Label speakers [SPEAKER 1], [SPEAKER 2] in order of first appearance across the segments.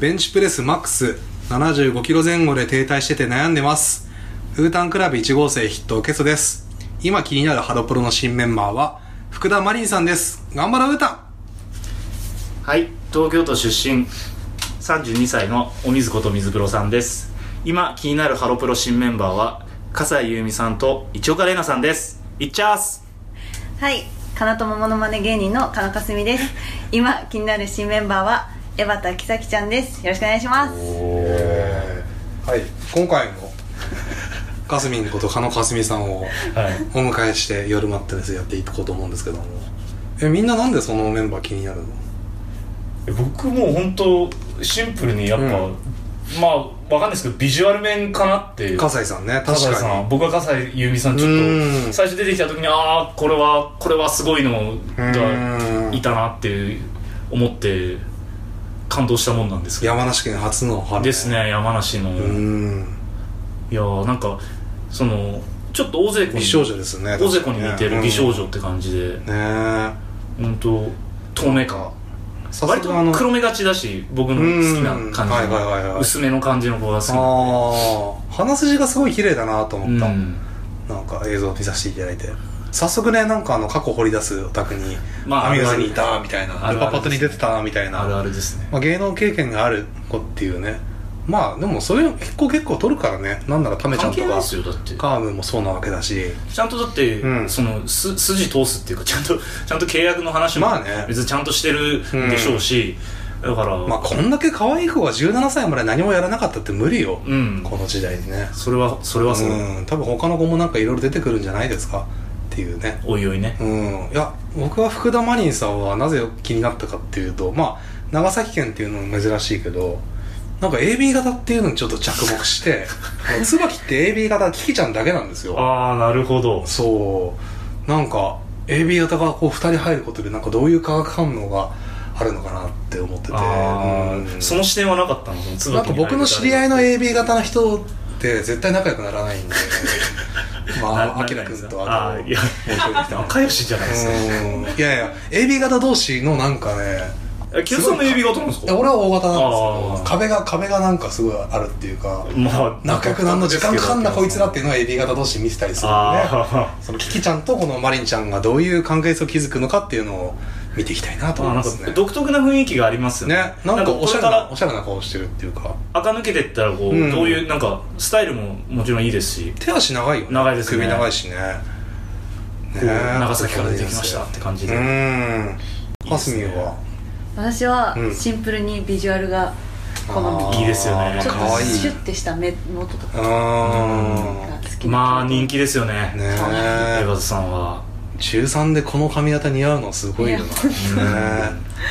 [SPEAKER 1] ベンチプレスマックス75キロ前後で停滞してて悩んでます。フータンクラブ1号生筆頭ケソです。今気になるハロプロの新メンバーは、福田マリンさんです。頑張ろう、ウータン
[SPEAKER 2] はい東京都出身32歳のお水子と水風呂さんです今気になるハロプロ新メンバーは笠井優美さんと市岡玲奈さんですいっちゃーす
[SPEAKER 3] はい、かなともものまね芸人のかなかすみです。今気になる新メンバーは江端きさきちゃんです。よろしくお願いします。
[SPEAKER 1] はい、今回も、かすみんこと、かのかすみさんを
[SPEAKER 2] はい
[SPEAKER 1] お迎えして、夜マットレスやっていこうと思うんですけども。え、みんななんでそのメンバー気になるの
[SPEAKER 2] 僕もう本当シンプルにやっぱ、
[SPEAKER 1] うん
[SPEAKER 2] まあわかんないですけどビジュアル面かなって
[SPEAKER 1] 笠井さんね、確
[SPEAKER 2] 笠井
[SPEAKER 1] か
[SPEAKER 2] さ
[SPEAKER 1] に。
[SPEAKER 2] ん僕は笠井優美さんちょっ
[SPEAKER 1] うん
[SPEAKER 2] と最初出てきた時にああこれはこれはすごいの
[SPEAKER 1] う
[SPEAKER 2] が
[SPEAKER 1] ん
[SPEAKER 2] いたなって思って感動したもんなんですけど
[SPEAKER 1] 山梨県初の春。
[SPEAKER 2] です。ね山梨の
[SPEAKER 1] う
[SPEAKER 2] い
[SPEAKER 1] ん。
[SPEAKER 2] やーなんかそのちょっと大勢子に
[SPEAKER 1] 美少女ですね。
[SPEAKER 2] 大勢子に似てる美少女って感じで
[SPEAKER 1] ねえ
[SPEAKER 2] 本当透明感
[SPEAKER 1] 早
[SPEAKER 2] 割
[SPEAKER 1] 速あの
[SPEAKER 2] と黒目がちだし僕の好きな感
[SPEAKER 1] うんはいはいはい
[SPEAKER 2] じ
[SPEAKER 1] はい
[SPEAKER 2] の薄めの感じの子が好きなん
[SPEAKER 1] ああ鼻筋がすごい綺麗だなと思っ
[SPEAKER 2] で
[SPEAKER 1] た、
[SPEAKER 2] うん
[SPEAKER 1] なんか映像を見させていただいて早速ねなんかあの過去掘り出すお宅に
[SPEAKER 2] まあ
[SPEAKER 1] アミューズにい
[SPEAKER 2] あるあ
[SPEAKER 1] た
[SPEAKER 2] る
[SPEAKER 1] みたいな
[SPEAKER 2] あ
[SPEAKER 1] ル
[SPEAKER 2] るあ
[SPEAKER 1] パ
[SPEAKER 2] る
[SPEAKER 1] パトに出てたみたい
[SPEAKER 2] ある
[SPEAKER 1] な
[SPEAKER 2] あるですね
[SPEAKER 1] まあ芸能経験がある子っていうねまあでもそういうの結構結構取るからねなんならタメちゃん
[SPEAKER 2] 関
[SPEAKER 1] と
[SPEAKER 2] 係な
[SPEAKER 1] か
[SPEAKER 2] いですよだって
[SPEAKER 1] カームもそうなわけだし
[SPEAKER 2] ちゃんとだって、
[SPEAKER 1] うん
[SPEAKER 2] そのす筋通すっていうかちゃんと ちゃんと契約の話も
[SPEAKER 1] まあね
[SPEAKER 2] 別にちゃんとしてるでしょうし、だから、
[SPEAKER 1] まあこんだけ可愛い子が17歳まで何もやらなかったって無理よ、
[SPEAKER 2] うん
[SPEAKER 1] この時代にね
[SPEAKER 2] それはそれはそう、
[SPEAKER 1] うん多分他の子もなんかいろいろ出てくるんじゃないですかっていうね
[SPEAKER 2] おいおいね
[SPEAKER 1] うん、いや僕は福田マリンさんはなぜ気になったかっていうとまあ長崎県っていうのも珍しいけどなんか AB 型っていうのにちょっと着目して あの椿って AB 型キキちゃんだけなんですよ
[SPEAKER 2] ああなるほど
[SPEAKER 1] そうなんか AB 型がこう2人入ることでなんかどういう化学反応があるのかなって思ってて
[SPEAKER 2] あ
[SPEAKER 1] う
[SPEAKER 2] ー
[SPEAKER 1] ん
[SPEAKER 2] その視点はなかったのその椿
[SPEAKER 1] なんか僕の知り合いの AB 型の人って絶対仲良くならない んでまああきらくんとあ
[SPEAKER 2] ああ
[SPEAKER 1] と
[SPEAKER 2] ーい や
[SPEAKER 1] もう一人来た
[SPEAKER 2] 仲良しじゃないですか
[SPEAKER 1] うんいやいや AB 型同士のなんかね
[SPEAKER 2] えキヨさんの AB 型なんです
[SPEAKER 1] い
[SPEAKER 2] か
[SPEAKER 1] や俺は O 型なんですけ
[SPEAKER 2] あ
[SPEAKER 1] ど
[SPEAKER 2] ー
[SPEAKER 1] 壁が壁がなんかすごいあるっていうか
[SPEAKER 2] まあ
[SPEAKER 1] 仲良くなんの時間かかんなこいつらっていうのは AB 型同士見てたりするんでね
[SPEAKER 2] あ
[SPEAKER 1] そのキキちゃんとこのマリンちゃんがどういう関係性を築くのかっていうのを見ていきたいな
[SPEAKER 2] ー
[SPEAKER 1] と
[SPEAKER 2] ま
[SPEAKER 1] 思
[SPEAKER 2] あ
[SPEAKER 1] い
[SPEAKER 2] なん
[SPEAKER 1] ます
[SPEAKER 2] か
[SPEAKER 1] ね
[SPEAKER 2] 独特な雰囲気がありますよね
[SPEAKER 1] ねなんかおしゃれ
[SPEAKER 2] これから
[SPEAKER 1] なおしゃれな顔してるっていうか
[SPEAKER 2] 垢抜けてったらこう、
[SPEAKER 1] うん
[SPEAKER 2] どういうなんかスタイルももちろんいいですし
[SPEAKER 1] 手足長いよね
[SPEAKER 2] 長いですね
[SPEAKER 1] 首長いしね
[SPEAKER 2] こう長崎から出てきましたって感じ
[SPEAKER 1] う
[SPEAKER 2] で、
[SPEAKER 1] ん
[SPEAKER 2] いい
[SPEAKER 1] ハ
[SPEAKER 2] で
[SPEAKER 1] ス
[SPEAKER 2] す
[SPEAKER 1] ミ
[SPEAKER 2] ね
[SPEAKER 1] ンは
[SPEAKER 3] 私は
[SPEAKER 1] うん
[SPEAKER 3] シンプルにビジュアルが好
[SPEAKER 1] あ
[SPEAKER 3] み。
[SPEAKER 1] ー
[SPEAKER 2] いいですよね
[SPEAKER 3] ちょっ
[SPEAKER 1] かわ
[SPEAKER 3] と
[SPEAKER 1] いい
[SPEAKER 3] シュッてした目元と
[SPEAKER 1] うー
[SPEAKER 3] か
[SPEAKER 1] ん
[SPEAKER 3] が好き。
[SPEAKER 2] まあ人
[SPEAKER 3] 気。
[SPEAKER 2] 気ですよね
[SPEAKER 1] ね
[SPEAKER 2] エ
[SPEAKER 1] え
[SPEAKER 2] バズさんは、
[SPEAKER 1] 中3でこの髪型似合うのすごいよ
[SPEAKER 3] いや
[SPEAKER 1] なね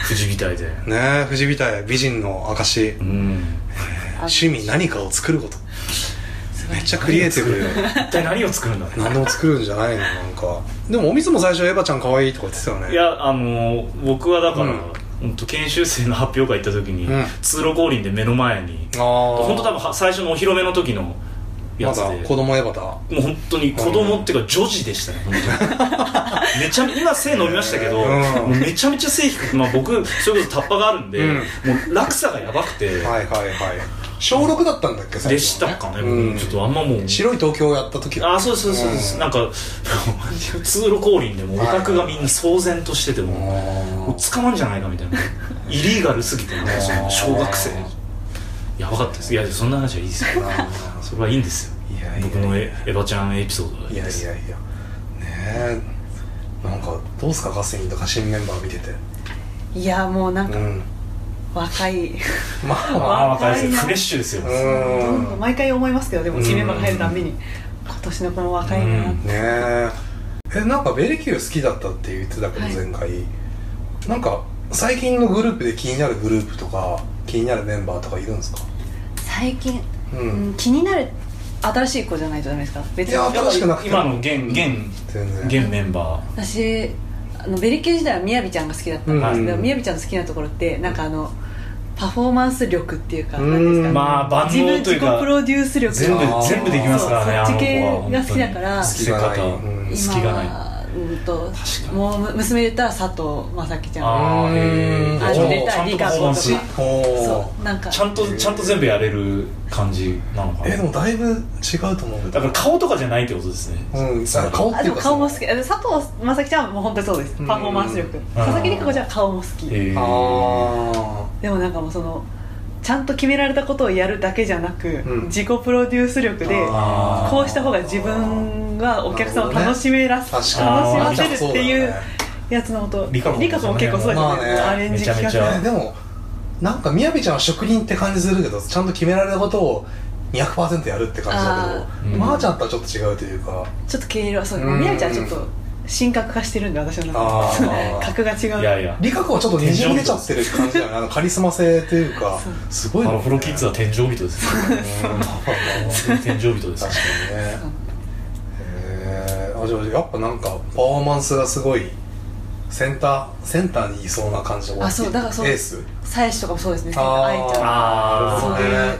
[SPEAKER 2] 富士みたいで
[SPEAKER 1] えねえ藤みたい美人の証
[SPEAKER 2] うん
[SPEAKER 1] 趣味何かを作ることめっちゃクリエイティブよ
[SPEAKER 2] 一体何を作るんだろう
[SPEAKER 1] 何でも作るんじゃないのなんかでもお水も最初エヴァちゃん可愛いとか言ってたよね
[SPEAKER 2] いやあのー僕はだから、
[SPEAKER 1] うん
[SPEAKER 2] 本当研修生の発表会行った時に、
[SPEAKER 1] うん
[SPEAKER 2] 通路降臨で目の前に
[SPEAKER 1] ああ
[SPEAKER 2] 本当多分は最初のお披露目の時のや
[SPEAKER 1] ま
[SPEAKER 2] つで、
[SPEAKER 1] だ子供エヴァだ
[SPEAKER 2] もう本当に子供っていうか女児でしたね、本当 にめちゃめ今背伸びましたけど、
[SPEAKER 1] うん
[SPEAKER 2] もうめちゃめちゃ背低く、まあ、僕それこそタッパがあるんで、
[SPEAKER 1] うん
[SPEAKER 2] もう落差がやばくて、
[SPEAKER 1] はいはいはい小6だったんだっけ最
[SPEAKER 2] で
[SPEAKER 1] 初
[SPEAKER 2] し
[SPEAKER 1] は
[SPEAKER 2] たかね、
[SPEAKER 1] うん
[SPEAKER 2] もうちょっとあんまもう
[SPEAKER 1] 白い東京をやった時だ
[SPEAKER 2] あそうそうそうです、
[SPEAKER 1] うん
[SPEAKER 2] なんか 通路降臨でもうオタクがみんな騒然としてても、 もう捕まんじゃないかみ たいなイリーガルすぎてねその小学生やばかったですいやそんな話はいいですよ それはいいんですよ
[SPEAKER 1] いやいやいや
[SPEAKER 2] 僕のエエヴァちゃんエピソード
[SPEAKER 1] いや
[SPEAKER 2] が
[SPEAKER 1] いや
[SPEAKER 2] です
[SPEAKER 1] いやねえなんかどうすかガスミンとか新メンバー見てて
[SPEAKER 3] いやもうなん
[SPEAKER 1] う
[SPEAKER 3] か
[SPEAKER 1] ん
[SPEAKER 3] 若い。
[SPEAKER 1] まあまあ
[SPEAKER 2] ああ若いです
[SPEAKER 3] 若い
[SPEAKER 2] ね
[SPEAKER 3] な
[SPEAKER 2] フレッシュですよ
[SPEAKER 1] う
[SPEAKER 3] ど
[SPEAKER 1] ー
[SPEAKER 3] んどん
[SPEAKER 1] んね
[SPEAKER 3] 毎回思いますけどでも新メンバーが入るたんびに今年の子も若いなって。
[SPEAKER 1] ええなんかベリキュー好きだったって言ってたけど
[SPEAKER 3] はい
[SPEAKER 1] 前回、なんか最近のグループで気になるグループとか気になるメンバーとかいるんですか
[SPEAKER 3] 最近
[SPEAKER 1] うん、
[SPEAKER 3] うん気になる新しい子じゃないとダメですか。別
[SPEAKER 1] いや
[SPEAKER 3] に。
[SPEAKER 1] 新しくなくても
[SPEAKER 2] 今の現現
[SPEAKER 1] 全然
[SPEAKER 2] 現メンバー
[SPEAKER 3] 私あのベリキュー時代はみやびちゃんが好きだったんですけ
[SPEAKER 1] う
[SPEAKER 3] ど
[SPEAKER 1] ん
[SPEAKER 3] みやびちゃんの好きなところってなんかあのパフォーマンス力っていうか
[SPEAKER 1] うん
[SPEAKER 3] なんですかね
[SPEAKER 2] まあ万
[SPEAKER 3] 自
[SPEAKER 2] 能
[SPEAKER 3] 分
[SPEAKER 2] とい
[SPEAKER 3] 自
[SPEAKER 2] う
[SPEAKER 3] 己
[SPEAKER 2] か
[SPEAKER 3] プロデュース力
[SPEAKER 2] 全部
[SPEAKER 1] あー
[SPEAKER 2] 全部できますからね
[SPEAKER 3] そう
[SPEAKER 2] あの子は
[SPEAKER 3] そっち系が好きだから
[SPEAKER 2] 好き方
[SPEAKER 1] 隙がないうん
[SPEAKER 2] 隙が
[SPEAKER 3] 今
[SPEAKER 2] な
[SPEAKER 3] うんと
[SPEAKER 2] 確かに
[SPEAKER 3] もうむ娘で言ったら佐藤正樹ちゃん
[SPEAKER 2] あーへー
[SPEAKER 1] あの出
[SPEAKER 2] ちゃ
[SPEAKER 3] た
[SPEAKER 2] ん
[SPEAKER 3] リ
[SPEAKER 2] と
[SPEAKER 3] カ
[SPEAKER 2] パフ
[SPEAKER 3] ゴ
[SPEAKER 2] ォーマンス
[SPEAKER 3] とか
[SPEAKER 1] おお
[SPEAKER 3] そうなんか
[SPEAKER 2] ちゃんとちゃんと全部やれる感じなのか
[SPEAKER 1] え
[SPEAKER 2] な
[SPEAKER 1] でもだいぶ違うと思うけど
[SPEAKER 2] だから顔とかじゃないってことですね
[SPEAKER 1] うんさ顔っ
[SPEAKER 3] あ
[SPEAKER 1] て
[SPEAKER 3] で
[SPEAKER 1] いう
[SPEAKER 3] も
[SPEAKER 1] か
[SPEAKER 3] 顔も
[SPEAKER 1] そ
[SPEAKER 3] 好
[SPEAKER 1] の
[SPEAKER 3] きあで佐藤正樹ちゃんはもう本当にそうです
[SPEAKER 1] うん
[SPEAKER 3] パフォーマンス力佐々木莉子ちゃんは顔も好きで
[SPEAKER 2] へー
[SPEAKER 1] あ
[SPEAKER 3] もなんかもうそのちゃんと決められたことをやるだけじゃなく、
[SPEAKER 1] うん
[SPEAKER 3] 自己プロデュース力で
[SPEAKER 1] あー
[SPEAKER 3] こうした方が自分がお客さんを楽しめらす、
[SPEAKER 1] な
[SPEAKER 3] 楽
[SPEAKER 1] る
[SPEAKER 3] し
[SPEAKER 1] ほどね
[SPEAKER 3] ませるってい
[SPEAKER 1] あーそう
[SPEAKER 3] う
[SPEAKER 1] だね
[SPEAKER 3] やつのこと
[SPEAKER 2] リカ子も
[SPEAKER 3] 子も結構そうですね,、
[SPEAKER 1] まあね
[SPEAKER 3] アレンジ企
[SPEAKER 2] めちゃめ
[SPEAKER 3] 画
[SPEAKER 2] ち
[SPEAKER 1] あでもなんかみやびちゃんは職人って感じするけどちゃんと決められたことを200%やるって感じだけど
[SPEAKER 2] あー
[SPEAKER 1] まーちゃんとはちょっと違うというか
[SPEAKER 3] ちょっと経路はそう
[SPEAKER 1] うん
[SPEAKER 3] 宮ちゃんはちょっと神格化してるんで私の
[SPEAKER 1] あ
[SPEAKER 3] 中
[SPEAKER 1] ー
[SPEAKER 3] で 格が違う
[SPEAKER 2] いやいや
[SPEAKER 1] 理香子はちょっとにじみ出ちゃってる感じ だよねあのカリスマ性というか
[SPEAKER 3] そう
[SPEAKER 1] す
[SPEAKER 2] あ
[SPEAKER 1] ごい
[SPEAKER 2] のフロキッズ
[SPEAKER 1] だ
[SPEAKER 2] は天井人 です ね本当に天井人です
[SPEAKER 1] 確かにねへーあじゃあやっぱなんかパフォーマンスがすごいセンターセンターにいそうな感じの
[SPEAKER 3] あそうだからそう
[SPEAKER 1] エース
[SPEAKER 3] 妻子とかもそうですね
[SPEAKER 1] あ
[SPEAKER 3] 愛ちゃんは
[SPEAKER 2] あ
[SPEAKER 1] な
[SPEAKER 3] そう
[SPEAKER 1] るほど
[SPEAKER 3] い
[SPEAKER 1] ね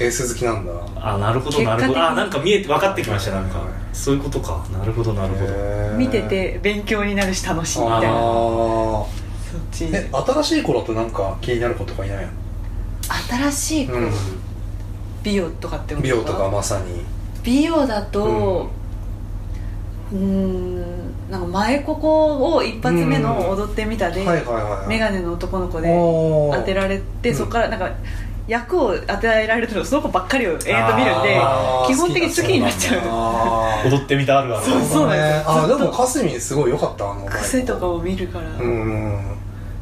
[SPEAKER 3] う
[SPEAKER 1] エース好きなんだ
[SPEAKER 2] あなるほどなるほ
[SPEAKER 3] 結果的に
[SPEAKER 2] どあなんか見えて分かってきましたなんか
[SPEAKER 1] はいはいは
[SPEAKER 2] そういうことかなるほどなるほど
[SPEAKER 1] へー
[SPEAKER 3] 見てて勉強になるし楽しいみたいなそっ
[SPEAKER 1] ああ
[SPEAKER 3] ち
[SPEAKER 1] え新しい頃ってなんか気になる子とかいないの
[SPEAKER 3] 新しい子
[SPEAKER 1] う
[SPEAKER 3] 美容とかって
[SPEAKER 1] ん
[SPEAKER 3] 思
[SPEAKER 1] 美容とかまさに
[SPEAKER 3] 美容だとうーんなんか前ここを一発目の「踊ってみた」で
[SPEAKER 1] はいはいはい
[SPEAKER 3] 眼鏡の男の子で
[SPEAKER 1] を
[SPEAKER 3] 当てられて
[SPEAKER 1] うん
[SPEAKER 3] そこからなんか役を当てられるとその子ばっかりを永遠と見るんで
[SPEAKER 2] あ
[SPEAKER 3] 基本的に好きになっちゃう
[SPEAKER 1] ゃ
[SPEAKER 2] 踊ってみたあるある
[SPEAKER 3] そうそうなんですよ
[SPEAKER 1] あ
[SPEAKER 3] ず
[SPEAKER 1] で
[SPEAKER 3] っと
[SPEAKER 1] もかすみんすごい良かったあの
[SPEAKER 3] 癖とかを見るから、
[SPEAKER 1] うん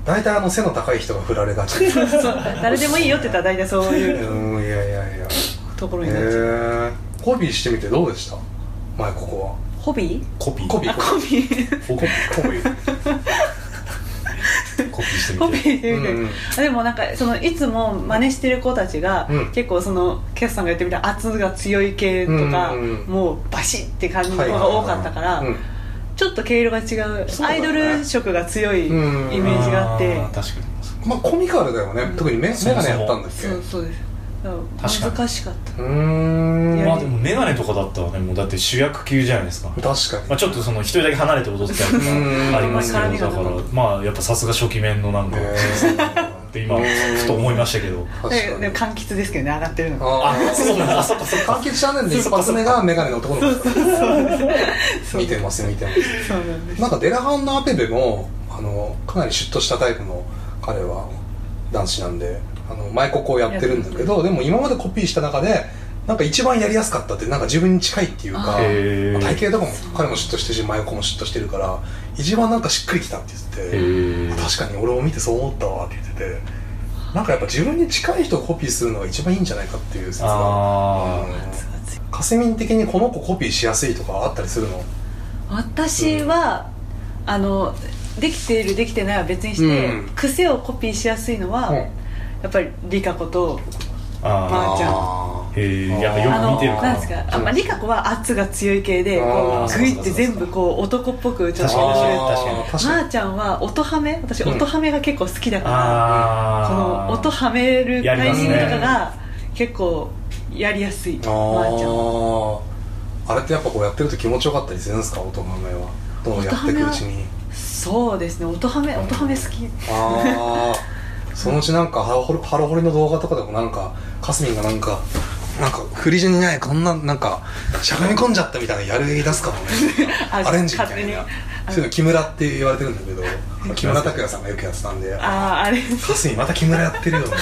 [SPEAKER 1] 大体あの背の高い人が振られがちう
[SPEAKER 3] そうそう誰でもいいよって言ったら大体そういう
[SPEAKER 1] ーんいやいやいやへ
[SPEAKER 3] ところになっちゃう、
[SPEAKER 1] えコピーしてみてどうでした前ここは
[SPEAKER 3] ホビー
[SPEAKER 2] コピー
[SPEAKER 1] コピー
[SPEAKER 3] あコビー
[SPEAKER 2] コピー
[SPEAKER 1] コピー
[SPEAKER 2] コピーしてみて
[SPEAKER 3] ホビーっていうか、
[SPEAKER 1] うんうん
[SPEAKER 3] あでもなんかそのいつも真似してる子たちが、
[SPEAKER 1] うん
[SPEAKER 3] 結構そのキャスさんが言ってみた圧が強い系とか、
[SPEAKER 1] うんうんうん
[SPEAKER 3] もうバシッって感じの子が多かったから、
[SPEAKER 1] はいはいはい
[SPEAKER 3] ちょっと毛色が違う
[SPEAKER 1] そうだ
[SPEAKER 3] ア
[SPEAKER 1] ね
[SPEAKER 3] イドル色が強いイメ
[SPEAKER 1] うん
[SPEAKER 3] ージがあって、
[SPEAKER 2] ー確かに
[SPEAKER 1] うんまあコミカルだよね特にメメ
[SPEAKER 2] そも
[SPEAKER 1] ガ
[SPEAKER 2] そ
[SPEAKER 1] ネ
[SPEAKER 2] も
[SPEAKER 1] やったんだっけ
[SPEAKER 3] そうそうですだから
[SPEAKER 2] 確かに
[SPEAKER 3] 難しかった
[SPEAKER 1] うーん
[SPEAKER 2] まあでも眼鏡とかだったらねもうだって主役級じゃないですか、
[SPEAKER 1] 確かに
[SPEAKER 2] まあ、ちょっとその一人だけ離れて踊ってたりと
[SPEAKER 1] うん
[SPEAKER 2] かありますけど
[SPEAKER 3] あ
[SPEAKER 2] だか
[SPEAKER 3] んまり絡みが
[SPEAKER 2] ら
[SPEAKER 3] なかった
[SPEAKER 2] まあやっぱさすが初期面のなんか、
[SPEAKER 1] へー
[SPEAKER 2] って今ふと思いましたけど
[SPEAKER 1] 確か
[SPEAKER 3] で
[SPEAKER 1] に
[SPEAKER 3] も柑橘ですけどね上がってるのが
[SPEAKER 1] あ
[SPEAKER 2] あそうなんだあそっかそっ
[SPEAKER 1] 完
[SPEAKER 2] か
[SPEAKER 1] 結チャンネルで一発目がメガネの男の子だった
[SPEAKER 3] そう
[SPEAKER 1] 見てますよ見てます
[SPEAKER 3] そうなんです
[SPEAKER 1] なんかデラハンのアペベもあのかなりシュッとしたタイプの彼は男子なんであの前ここをやってるんだけどでも今までコピーした中でなんか一番やりやすかったってなんか自分に近いっていうか
[SPEAKER 3] あ
[SPEAKER 2] ー
[SPEAKER 1] まあ体型とかも彼もシュッとしてるし前ここもシュッとしてるから一番なんかしっくりきたって言ってて
[SPEAKER 2] へー
[SPEAKER 1] 確かに俺も見てそう思ったわって言っててなんかやっぱ自分に近い人をコピーするのが一番いいんじゃないかっていう説が
[SPEAKER 2] あ
[SPEAKER 1] う
[SPEAKER 2] ー
[SPEAKER 1] んカセミン的にこの子コピーしやすいとかあったりするの
[SPEAKER 3] 私は、あのできているできてないは別にして、
[SPEAKER 1] うん
[SPEAKER 3] 癖をコピーしやすいのは、
[SPEAKER 1] うん
[SPEAKER 3] やっぱりリカ子と
[SPEAKER 2] あ
[SPEAKER 3] まあちゃん
[SPEAKER 2] ーへえやっぱよ
[SPEAKER 3] あ
[SPEAKER 2] く見
[SPEAKER 3] の
[SPEAKER 2] てるかな
[SPEAKER 3] な
[SPEAKER 2] ん
[SPEAKER 3] ですかあ、まあ、リカ子は圧が強い系で
[SPEAKER 1] あ
[SPEAKER 3] こ
[SPEAKER 1] ー
[SPEAKER 3] うグイって全部こう男っぽくちょっ
[SPEAKER 2] 確
[SPEAKER 3] と
[SPEAKER 2] かに
[SPEAKER 3] 面白い
[SPEAKER 2] ね確かに
[SPEAKER 1] あー
[SPEAKER 3] まーちゃんは音ハメ私
[SPEAKER 1] うん
[SPEAKER 3] 音ハメが結構好きだから、こ
[SPEAKER 2] あ
[SPEAKER 3] の
[SPEAKER 2] あ
[SPEAKER 3] 音はめる
[SPEAKER 2] やり
[SPEAKER 3] タイ
[SPEAKER 2] ます
[SPEAKER 3] ミン
[SPEAKER 2] ね
[SPEAKER 3] グとかが結構やりやすいまーちゃんは
[SPEAKER 1] あーあれってやっぱこうやってると気持ちよかったりするんですか音の目はどうやっていくうちに
[SPEAKER 3] そうですね音ハメ音ハメ好き
[SPEAKER 1] ああそのうちなんかハロホリハロホリの動画とかでもなんかかすみんがなんかなんか振り順にないこんななんかしゃがみ込んじゃったみたいなのやる言い出すからね
[SPEAKER 3] あ
[SPEAKER 1] アレンジみた
[SPEAKER 3] 勝
[SPEAKER 1] い
[SPEAKER 3] 手に
[SPEAKER 1] な
[SPEAKER 3] あの
[SPEAKER 1] そういうの木村って言われてるんだけど木村拓哉さんがよくやってたんで「か
[SPEAKER 3] あああれ
[SPEAKER 1] すみんまた木村やってるよ」みたい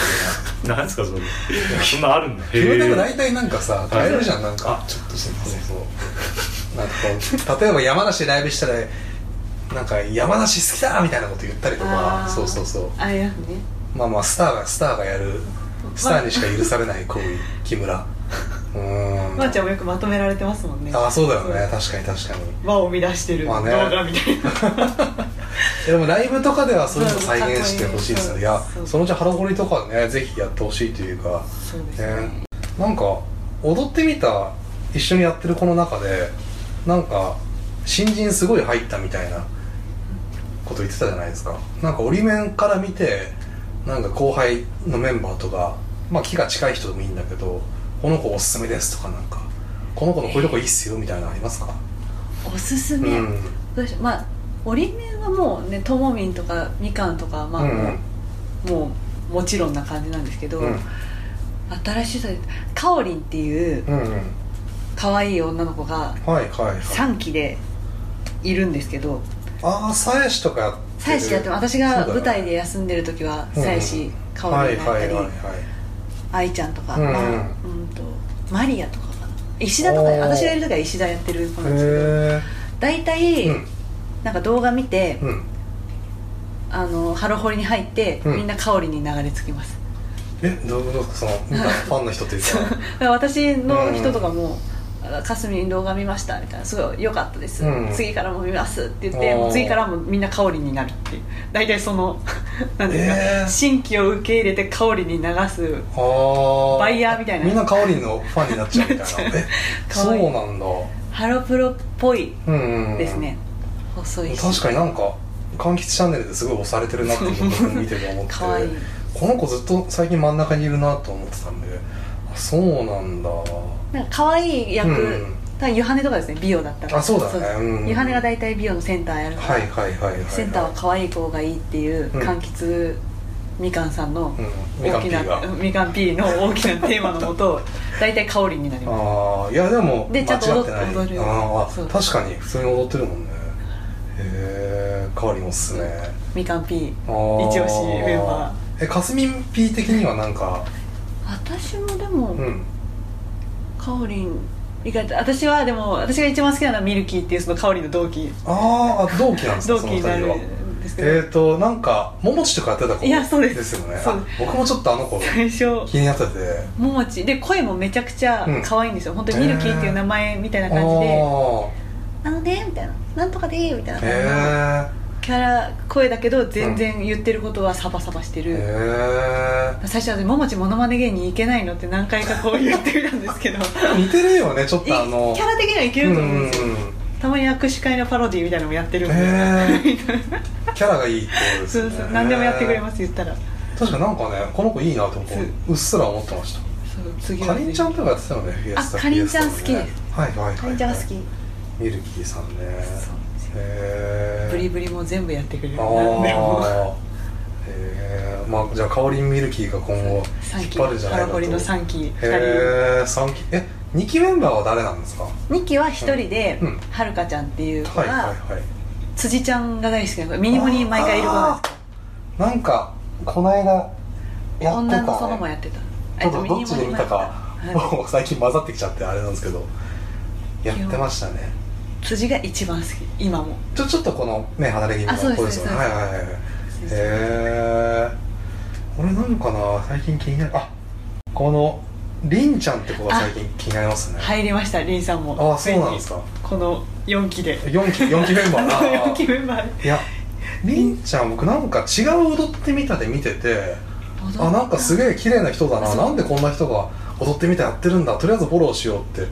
[SPEAKER 1] な
[SPEAKER 2] なんですかそれそんなあるんだへ
[SPEAKER 1] 木
[SPEAKER 2] ー
[SPEAKER 1] 村拓哉大体なんかさ変えるじゃんなんか
[SPEAKER 2] あちょっとすいません
[SPEAKER 1] そうなんかこう例えば山梨でライブしたらなんか山梨好きだみたいなこと言ったりとか
[SPEAKER 3] あー
[SPEAKER 1] そうそうそう
[SPEAKER 3] あれやね
[SPEAKER 1] まあまあスターがスターがやるスターにしか許されない行為木村うーん
[SPEAKER 3] まーちゃんもよくまとめられてますもんね
[SPEAKER 1] ああそうだよね確かに確かに
[SPEAKER 3] 輪を生み出してる動
[SPEAKER 1] まあ
[SPEAKER 3] 画
[SPEAKER 1] ね
[SPEAKER 3] みたいな、
[SPEAKER 1] えでもライブとかではそういうの再現してほしいですよねいや
[SPEAKER 3] そう
[SPEAKER 1] そのうちハロホリとかねぜひやってほしいというか
[SPEAKER 3] そうですね
[SPEAKER 1] ねなんか踊ってみた一緒にやってる子の中でなんか新人すごい入ったみたいなこと言ってたじゃないですかなんか折り面から見てなんか後輩のメンバーとかまあ気が近い人でもいいんだけどこの子おすすめですとかなんかこの子のこういうとこいいっすよみたいなのありますか、
[SPEAKER 3] おすすめ、
[SPEAKER 1] うん
[SPEAKER 3] どうしまあ折り目はもうねともみんとかみかんとかはまあ、
[SPEAKER 1] うん
[SPEAKER 3] もうもちろんな感じなんですけど、
[SPEAKER 1] うん
[SPEAKER 3] 新しいさかおりんっていう
[SPEAKER 1] うんうん
[SPEAKER 3] 可愛い女の子が
[SPEAKER 1] はいはいはい
[SPEAKER 3] 3期でいるんですけど
[SPEAKER 1] ああ鞘師とかやってる
[SPEAKER 3] 妻子やっても私が舞台で
[SPEAKER 1] やっ
[SPEAKER 3] 休んでる時は
[SPEAKER 1] うんうん
[SPEAKER 3] 妻子かおりんだったり愛ちゃんとか、
[SPEAKER 1] うんうん
[SPEAKER 3] まあうんとマリアとかかな石田とか
[SPEAKER 1] おー
[SPEAKER 3] 私がいる時は石田やってる子なんですけど
[SPEAKER 1] へ
[SPEAKER 3] 大体、
[SPEAKER 1] えうん
[SPEAKER 3] なんか動画見て、
[SPEAKER 1] うん
[SPEAKER 3] あのハロホリに入って、
[SPEAKER 1] うん
[SPEAKER 3] みんな香りに流れ着きます
[SPEAKER 1] えどうどうですかそ の見たファンの人っていうか
[SPEAKER 3] だから私の人とかも「かすみに動画見ました」みたいな「すごい良かったです、
[SPEAKER 1] うん
[SPEAKER 3] 次からも見ます」って言って
[SPEAKER 1] おー
[SPEAKER 3] もう次からもみんな香りになるっていう大体その なんていうか、
[SPEAKER 1] えー
[SPEAKER 3] 新規を受け入れて香りに流す
[SPEAKER 1] ああ
[SPEAKER 3] バイヤーみたいな
[SPEAKER 1] みんな香りのファンになっちゃうみた いなえ
[SPEAKER 3] 可
[SPEAKER 1] そう
[SPEAKER 3] 愛い
[SPEAKER 1] なんだ
[SPEAKER 3] ハロプロっぽい
[SPEAKER 1] うんうん
[SPEAKER 3] ですね、細いし
[SPEAKER 1] 確かになんか柑橘チャンネルですごい押されてるなって僕見てて 思って
[SPEAKER 3] かわいい
[SPEAKER 1] この子ずっと最近真ん中にいるなと思ってたんであそうなんだ
[SPEAKER 3] なんか可愛い役、
[SPEAKER 1] うん
[SPEAKER 3] 多分ユハネとかですね美容だったら
[SPEAKER 1] あそうだね
[SPEAKER 3] です
[SPEAKER 1] うん
[SPEAKER 3] ユハネが大体美容のセンターやるから、
[SPEAKER 1] はいはいはいはい、はい、
[SPEAKER 3] センターは可愛い子がいいっていう、
[SPEAKER 1] うん
[SPEAKER 3] 柑橘みかんさんの
[SPEAKER 1] うんみかん
[SPEAKER 3] 大き
[SPEAKER 1] P
[SPEAKER 3] な、
[SPEAKER 1] が
[SPEAKER 3] みかん P の大きなテーマのも と大体香りになりま
[SPEAKER 1] ああいやでも
[SPEAKER 3] でちゃんと踊
[SPEAKER 1] 間違
[SPEAKER 3] っ
[SPEAKER 1] ってない
[SPEAKER 3] 踊る
[SPEAKER 1] あ
[SPEAKER 3] そう
[SPEAKER 1] ー確かに普通に踊ってるもんねへえかわりもっすね
[SPEAKER 3] すみかん P
[SPEAKER 1] あー
[SPEAKER 3] 一押しメンバ
[SPEAKER 1] えかすみん P 的にはなんか
[SPEAKER 3] 私もでも、
[SPEAKER 1] うん
[SPEAKER 3] 香り意外と私はでも私が一番好きなのはミルキーっていうその香りの同期
[SPEAKER 1] あーあ同期なんですか
[SPEAKER 3] 同
[SPEAKER 1] そ
[SPEAKER 3] 期
[SPEAKER 1] の二
[SPEAKER 3] に
[SPEAKER 1] 人
[SPEAKER 3] なる
[SPEAKER 1] は
[SPEAKER 3] んですけど、
[SPEAKER 1] えーとなんかももちとかやってた子
[SPEAKER 3] いやそうです
[SPEAKER 1] ですよね
[SPEAKER 3] そう
[SPEAKER 1] あ僕もちょっとあの子
[SPEAKER 3] 最初
[SPEAKER 1] 気になってて
[SPEAKER 3] ももちで声もめちゃくちゃ可愛いんですよ、本当にミルキーっていう名前みたい
[SPEAKER 1] あ
[SPEAKER 3] な
[SPEAKER 1] あ
[SPEAKER 3] 感じで、
[SPEAKER 1] ー
[SPEAKER 3] あのねみたいななんとかでみたいな
[SPEAKER 1] へえ
[SPEAKER 3] キャラ声だけど全然言ってることはサバサバしてる、
[SPEAKER 1] へ
[SPEAKER 3] 最初はね「ももちものまね芸人いけないの?」って何回かこう言ってみたんですけど
[SPEAKER 1] え似てるよねちょっ
[SPEAKER 3] いいキ
[SPEAKER 1] とあの
[SPEAKER 3] ャラ的にはいけると思うんですよ、
[SPEAKER 1] うんうん
[SPEAKER 3] たまに握手会のパロディみたいなのもやってるんで、
[SPEAKER 1] へキャラがいいってことです
[SPEAKER 3] そ
[SPEAKER 1] ね
[SPEAKER 3] うそう何でもやってくれますす言ったら
[SPEAKER 1] 確かになんかねこの子いいなと思ってうっすら思ってまし
[SPEAKER 3] そう次
[SPEAKER 1] た
[SPEAKER 3] は
[SPEAKER 1] か
[SPEAKER 3] ね
[SPEAKER 1] りんちゃんとかやってたよねフィエスタ
[SPEAKER 3] あかりんちゃん好
[SPEAKER 1] フ
[SPEAKER 3] き
[SPEAKER 1] ィエスタねはいはいはい、はい、
[SPEAKER 3] かりんちゃんが好き、
[SPEAKER 1] ミルキーさんね
[SPEAKER 3] そうなんですよ
[SPEAKER 1] へえ
[SPEAKER 3] ブリブリも全部やってくれる
[SPEAKER 1] あ
[SPEAKER 3] 何でも
[SPEAKER 1] あへえまあじゃあかおりんミルキーが今後引
[SPEAKER 3] 3
[SPEAKER 1] っ
[SPEAKER 3] 期
[SPEAKER 1] 張るんじゃない
[SPEAKER 3] ハ
[SPEAKER 1] かと
[SPEAKER 3] ロコリの3期2人
[SPEAKER 1] へえ三期え二期メンバーは誰なんですかは
[SPEAKER 3] 2期は1人で、
[SPEAKER 1] うん
[SPEAKER 3] はるかちゃんっていう子が、
[SPEAKER 1] いはいはい
[SPEAKER 3] 辻ちゃんが大好きな子ミニモに毎回いる子なんですけど
[SPEAKER 1] なんかこの間やってた、ね、
[SPEAKER 3] 女の園もやってた
[SPEAKER 1] ちょっ
[SPEAKER 3] え
[SPEAKER 1] と
[SPEAKER 3] ミ
[SPEAKER 1] ど
[SPEAKER 3] ニ
[SPEAKER 1] っち
[SPEAKER 3] モ
[SPEAKER 1] で
[SPEAKER 3] ニ
[SPEAKER 1] 見
[SPEAKER 3] も
[SPEAKER 1] た
[SPEAKER 3] や
[SPEAKER 1] か、
[SPEAKER 3] はい
[SPEAKER 1] もう 最近混ざってきちゃってあれなんですけどやってましたね
[SPEAKER 3] 辻が一番好き今も
[SPEAKER 1] ちょちょっとこの目離れ気味
[SPEAKER 3] あそう
[SPEAKER 1] の
[SPEAKER 3] です
[SPEAKER 1] 子ですよね
[SPEAKER 3] そう
[SPEAKER 1] は
[SPEAKER 3] で
[SPEAKER 1] い
[SPEAKER 3] す
[SPEAKER 1] はいはいへ
[SPEAKER 3] そうです
[SPEAKER 1] え俺なんかな最近気になるあこのりんちゃんって子が最近気になりますね
[SPEAKER 3] 入りましたリンさんも
[SPEAKER 1] ああそうなんですか
[SPEAKER 3] この4期で
[SPEAKER 1] 4期四期メン
[SPEAKER 3] こ
[SPEAKER 1] バー
[SPEAKER 3] の
[SPEAKER 1] な
[SPEAKER 3] 4期メンバーで
[SPEAKER 1] いやりんちゃん僕なんか違う踊ってみたで見ててあなんかす
[SPEAKER 3] え
[SPEAKER 1] げえ綺麗な人だな
[SPEAKER 3] そう
[SPEAKER 1] なんでこんな人が踊ってみたやってるんだとりあえずフォローしようって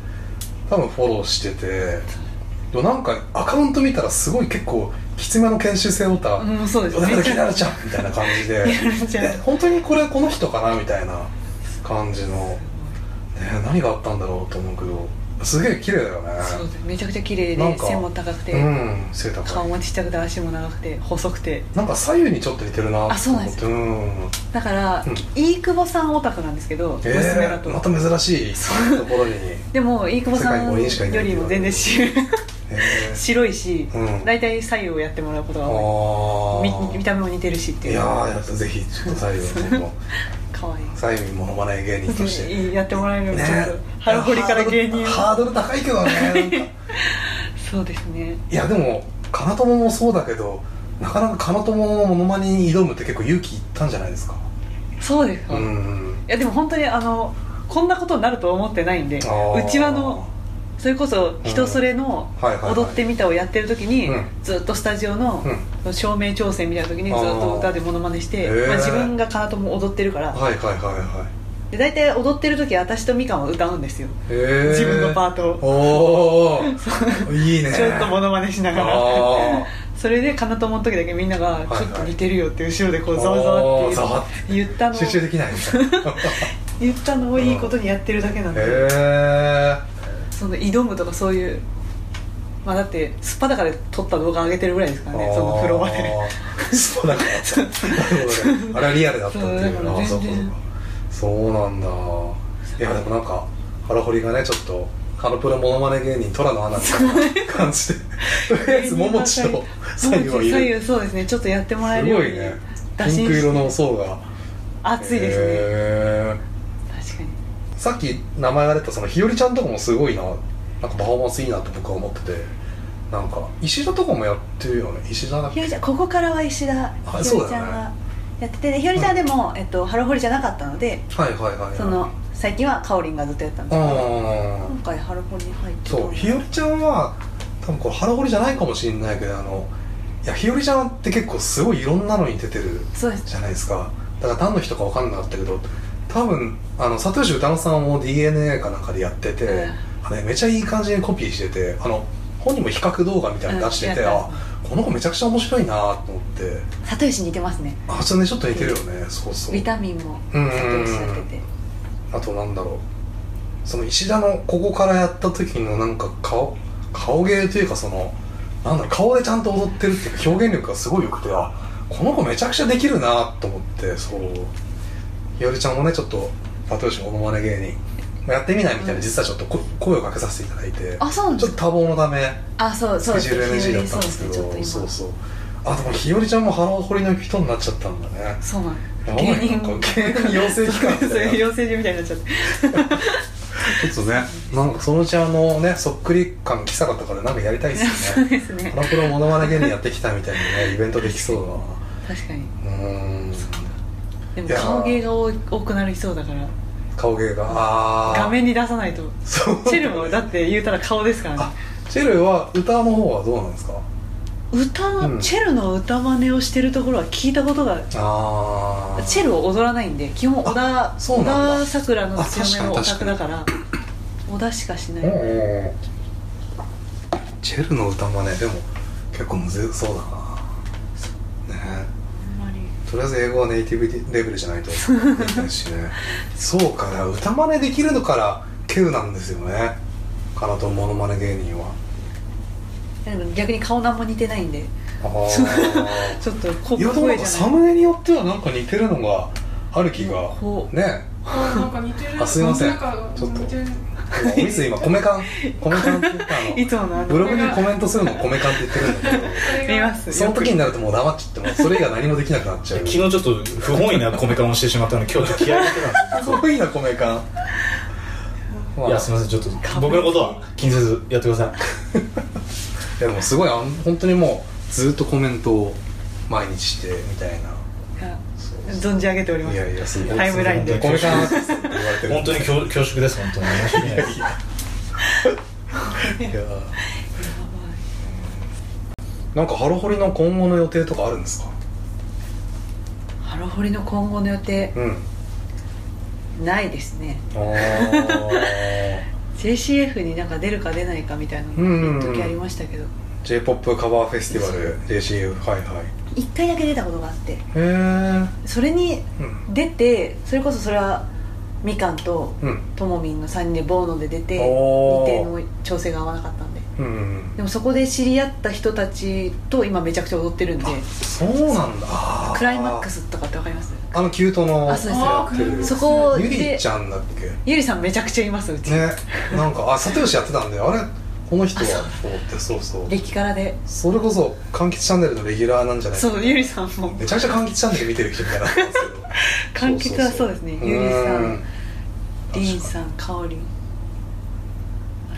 [SPEAKER 1] 多分フォローしててでもなんかアカウント見たらすごい結構きつめの研修生オタ、
[SPEAKER 3] うんそうです
[SPEAKER 1] 誰か気になる
[SPEAKER 3] めち
[SPEAKER 1] じゃんみたいな感じで
[SPEAKER 3] 気になるじゃん
[SPEAKER 1] え本当にこれこの人かなみたいな感じの、ね、何があったんだろうと思うけどすげえ綺麗だよね
[SPEAKER 3] そうですめちゃくちゃ綺麗
[SPEAKER 1] なん
[SPEAKER 3] で
[SPEAKER 1] か
[SPEAKER 3] 背も高くて、
[SPEAKER 1] うん背高い
[SPEAKER 3] 顔もちっちゃくて足も長くて細くて
[SPEAKER 1] なんか左右にちょっと似てるな
[SPEAKER 3] あそうなんです
[SPEAKER 1] と思って
[SPEAKER 3] だから、
[SPEAKER 1] うん
[SPEAKER 3] 飯窪さんオタクなんですけど、
[SPEAKER 1] うんえー
[SPEAKER 3] 娘だと
[SPEAKER 1] また珍しいところに、
[SPEAKER 3] でも飯窪さ
[SPEAKER 1] 世界に
[SPEAKER 3] ん
[SPEAKER 1] 五人しかいない
[SPEAKER 3] よりも全然し
[SPEAKER 1] えー
[SPEAKER 3] 白いし、
[SPEAKER 1] うん
[SPEAKER 3] 大体左右をやってもらうことが多
[SPEAKER 1] あ
[SPEAKER 3] い
[SPEAKER 1] ー
[SPEAKER 3] み見た目も似てるしってい
[SPEAKER 1] いうやーやっとぜひちょっと最後にも
[SPEAKER 3] 可 愛い
[SPEAKER 1] 最後にモノマネ芸人として
[SPEAKER 3] いいやってもらえるのちょっ
[SPEAKER 1] ね
[SPEAKER 3] と、ハロコリから芸人
[SPEAKER 1] ハードル高いけどねなんか
[SPEAKER 3] そうですね
[SPEAKER 1] いやでもかなとももそうだけどなかなかかなとものモノマネに挑むって結構勇気いったんじゃないですか
[SPEAKER 3] そうですか、
[SPEAKER 1] う
[SPEAKER 3] い
[SPEAKER 1] ん
[SPEAKER 3] やでも本当にあのこんなことになるとは思ってないんでう
[SPEAKER 1] あー
[SPEAKER 3] ちわのそれこそ人それの
[SPEAKER 1] うんはいはいはい
[SPEAKER 3] 踊ってみたをやってる時に、
[SPEAKER 1] うん
[SPEAKER 3] ずっとスタジオの照明調整みたいな時にずっと歌でモノマネして
[SPEAKER 1] あーへー
[SPEAKER 3] まあ、自分がかなとも踊ってるから、
[SPEAKER 1] はいはいはいはい
[SPEAKER 3] で大体踊ってる時私とみかんは歌うんですよ、
[SPEAKER 1] へー
[SPEAKER 3] 自分のパートを
[SPEAKER 1] お おいいね
[SPEAKER 3] ちょっとモノマネしながら
[SPEAKER 1] あ
[SPEAKER 3] それでかなともの時だけみんなが
[SPEAKER 1] い
[SPEAKER 3] 「
[SPEAKER 1] はい
[SPEAKER 3] ちょっと似てるよ」って後ろでこうざわざわ
[SPEAKER 1] おーざわっ
[SPEAKER 3] って言った
[SPEAKER 1] ー
[SPEAKER 3] の
[SPEAKER 1] 集中できないみたいな
[SPEAKER 3] 言ったのをいいことにやってるだけなんで
[SPEAKER 1] へえ
[SPEAKER 3] その挑むとかそういうまあだってすっぱだかで撮った動画上げてるぐらいですからねそのフロアで
[SPEAKER 1] でそうだからさなるほどねあれはリアルだったってい
[SPEAKER 3] そううだ
[SPEAKER 1] な
[SPEAKER 3] から
[SPEAKER 1] あ
[SPEAKER 3] 全
[SPEAKER 1] そうか
[SPEAKER 3] 然
[SPEAKER 1] そうなんだいやでもなんか腹掘りがねちょっとカロプロモノマネ芸人虎の穴みたいな感じでとりあえずももち と左右はい
[SPEAKER 3] 左
[SPEAKER 1] る
[SPEAKER 3] 右そうですねちょっとやってもらえ
[SPEAKER 1] す
[SPEAKER 3] るよう
[SPEAKER 1] ご
[SPEAKER 3] に
[SPEAKER 1] いね
[SPEAKER 3] 打
[SPEAKER 1] ピ
[SPEAKER 3] 診
[SPEAKER 1] ンク色の層が
[SPEAKER 3] 熱いですね、
[SPEAKER 1] へ
[SPEAKER 3] 確かに
[SPEAKER 1] ーさっき名前が出たその日和ちゃんとかもすごいななんかパフォーマンスいいなと僕は思っててなんか石田とかもやってるよね石田だっ
[SPEAKER 4] ひよ
[SPEAKER 1] け
[SPEAKER 4] りちゃんここからは石田
[SPEAKER 1] あ
[SPEAKER 4] ひよ
[SPEAKER 1] そう
[SPEAKER 4] りち
[SPEAKER 1] だ
[SPEAKER 4] ゃ
[SPEAKER 1] よ
[SPEAKER 4] ん
[SPEAKER 1] ね
[SPEAKER 4] がやっててでひよりちゃんはでも、えっと、ハロホリじゃなかったので
[SPEAKER 1] はいはいはいはい
[SPEAKER 4] その最近はかおりんがずっとやったんですけど
[SPEAKER 1] あ
[SPEAKER 4] 今回ハロホリに入ってた
[SPEAKER 1] そうひよりちゃんは多分これ腹掘りじゃないかもしれないけどあのいやひよりちゃんって結構すごいいろんなのに出てる
[SPEAKER 4] そうです
[SPEAKER 1] じゃないですかだから何の人か分かんなかったけど多分あの里吉歌乃さんも DNA かなんかでやってて、
[SPEAKER 3] うん
[SPEAKER 1] あれめちゃいい感じにコピーしててあの本人も比較動画みたいなの出してて、
[SPEAKER 3] うんや
[SPEAKER 1] あこの子めちゃくちゃ面白いなと思って
[SPEAKER 4] 里吉に似てますね
[SPEAKER 1] あそれねちょっと似てるよね、そうそう
[SPEAKER 4] ビタミンも
[SPEAKER 1] うん
[SPEAKER 4] 里吉やってて
[SPEAKER 1] あとなんだろうその石田のここからやった時のなんか顔顔芸というかそのなんだろう顔でちゃんと踊ってるっていうか表現力がすごい良くてあこの子めちゃくちゃできるなと思ってそうひよりちゃんもねちょっと又吉ものまね芸人やってみないみたいな実はちょっとこ声をかけさせていただいて
[SPEAKER 4] あそうなん
[SPEAKER 1] ち
[SPEAKER 4] で
[SPEAKER 1] ょっ
[SPEAKER 4] す
[SPEAKER 1] と多忙のため
[SPEAKER 4] あそう
[SPEAKER 1] ス
[SPEAKER 4] そう
[SPEAKER 1] ケ
[SPEAKER 4] です
[SPEAKER 1] ジュール NG だったんですけ
[SPEAKER 4] ひ
[SPEAKER 1] ど
[SPEAKER 4] より
[SPEAKER 1] そ
[SPEAKER 4] そう
[SPEAKER 1] う
[SPEAKER 4] ですねちょっと
[SPEAKER 1] そうあでもひよりちゃんも腹を掘りの人になっちゃったんだね
[SPEAKER 3] そうなんです
[SPEAKER 1] やばいな
[SPEAKER 3] 芸人
[SPEAKER 1] なんか芸人養成機関みたいな
[SPEAKER 3] そういう養成所みたいになっちゃっ
[SPEAKER 1] ち
[SPEAKER 3] て
[SPEAKER 1] ょっとね、なんかそのうちあのね、そっくり感、きさかとかでなんかやりたいですよね。
[SPEAKER 3] ですね
[SPEAKER 1] ハロプロモノマネ芸人やってきたみたいなね、イベントできそう
[SPEAKER 3] 確かに
[SPEAKER 1] だな。うーん。
[SPEAKER 3] でも
[SPEAKER 1] いやー
[SPEAKER 3] 顔芸が多い多くなりそうだから
[SPEAKER 1] 顔芸が。あー
[SPEAKER 3] 画面に出さないと
[SPEAKER 1] そう。
[SPEAKER 3] チェルもだって言うたら顔ですからね
[SPEAKER 1] あ、チェルは歌の方はどうなんですか
[SPEAKER 3] 歌の、
[SPEAKER 1] うん
[SPEAKER 3] チェルの歌真似をしてるところは聞いたことが
[SPEAKER 1] あー。
[SPEAKER 3] チェルを踊らないんで基本小田
[SPEAKER 1] あそう
[SPEAKER 3] 小
[SPEAKER 1] なんだ
[SPEAKER 3] 田さくらの強めの
[SPEAKER 1] あ
[SPEAKER 3] オ
[SPEAKER 1] 確
[SPEAKER 3] タ
[SPEAKER 1] か
[SPEAKER 3] ク
[SPEAKER 1] に
[SPEAKER 3] だ
[SPEAKER 1] 確か
[SPEAKER 3] から小田しかしない、
[SPEAKER 1] おうおうチェルの歌もね、でも結構むずそうだな。ね。
[SPEAKER 3] あんまり
[SPEAKER 1] とりあえず英語はネイティブレベルじゃないとできないし ねそうかだから歌真似できるのから稀有なんですよねかなとモノマネ芸人は
[SPEAKER 3] でも逆に顔なんも似てないんで
[SPEAKER 1] ああ
[SPEAKER 3] ちょっとこ
[SPEAKER 1] いやでもなん
[SPEAKER 3] 声
[SPEAKER 1] か
[SPEAKER 3] じゃ
[SPEAKER 1] サ
[SPEAKER 3] ない
[SPEAKER 1] ムネによってはなんか似てるのがある気が
[SPEAKER 3] こう
[SPEAKER 1] ね
[SPEAKER 5] あなんか似てる
[SPEAKER 1] あすいません
[SPEAKER 5] なんか
[SPEAKER 1] ちょっと
[SPEAKER 5] 似てる
[SPEAKER 1] 今お水今米 缶米缶って言ったあ
[SPEAKER 3] いつものあ
[SPEAKER 1] のブロ
[SPEAKER 3] の
[SPEAKER 1] グにコメントするの米缶って言ってるんだけ ど
[SPEAKER 5] これが
[SPEAKER 3] 見ます
[SPEAKER 1] その時になるともう黙っちゃってもうそれ以外何もできなくなっ ちゃう
[SPEAKER 2] 昨日ちょっと不本意なコメカンをしてしまったので今日ちょっと気合い入れてたんです
[SPEAKER 1] すごいな米缶ま
[SPEAKER 2] よ
[SPEAKER 1] あ
[SPEAKER 2] いやすみませんちょっと僕のことは気にせずやってくださ
[SPEAKER 1] いやでもすごいあん本当にもうずっとコメントを毎日してみたいなそう
[SPEAKER 3] 存じ上げております
[SPEAKER 1] いやいやすごい
[SPEAKER 3] タイムラインで
[SPEAKER 1] これから言われて
[SPEAKER 2] い
[SPEAKER 1] る
[SPEAKER 2] 本当に恐恐縮です本当に申し訳ないです
[SPEAKER 1] いやなんかハロホリの今後の予定とかあるんですか
[SPEAKER 3] ハロホリの今後の予定
[SPEAKER 1] うん
[SPEAKER 3] ないですね
[SPEAKER 1] あー
[SPEAKER 3] JCF になんか出るか出ないかみたいなのが一時ありましたけど
[SPEAKER 1] j p o p カバーフェスティバル JCU はいはいへ
[SPEAKER 4] 一回だけ出たことがあって
[SPEAKER 1] え
[SPEAKER 3] それに
[SPEAKER 1] うん
[SPEAKER 3] 出てそれこそそれはみかんと
[SPEAKER 1] うん
[SPEAKER 3] ともみんの3人でボーノで出て日
[SPEAKER 1] おー
[SPEAKER 3] 程の調整が合わなかったんで
[SPEAKER 1] うん
[SPEAKER 3] でもそこで知り合った人たちと今めちゃくちゃ踊ってるんで
[SPEAKER 1] そうなんだあー
[SPEAKER 3] クライマックスとかってわかります
[SPEAKER 1] あのキュートの
[SPEAKER 3] あそうです
[SPEAKER 1] やってる
[SPEAKER 3] そこ
[SPEAKER 1] ゆり
[SPEAKER 3] で
[SPEAKER 1] ちゃんだっけ
[SPEAKER 3] ゆりさんめちゃくちゃいますうち、
[SPEAKER 1] ねなんかあ里吉やってたんであれこの人はと思ってそうそう
[SPEAKER 3] 激辛で
[SPEAKER 1] それこそ柑橘チャンネルのレギュラーなんじゃないかな
[SPEAKER 3] そうゆりさんも
[SPEAKER 1] めちゃくちゃ柑橘チャンネル見てる人みたいになってますけど
[SPEAKER 3] 柑橘はそうですねゆりさんりん
[SPEAKER 1] ん
[SPEAKER 3] さんかおりんあ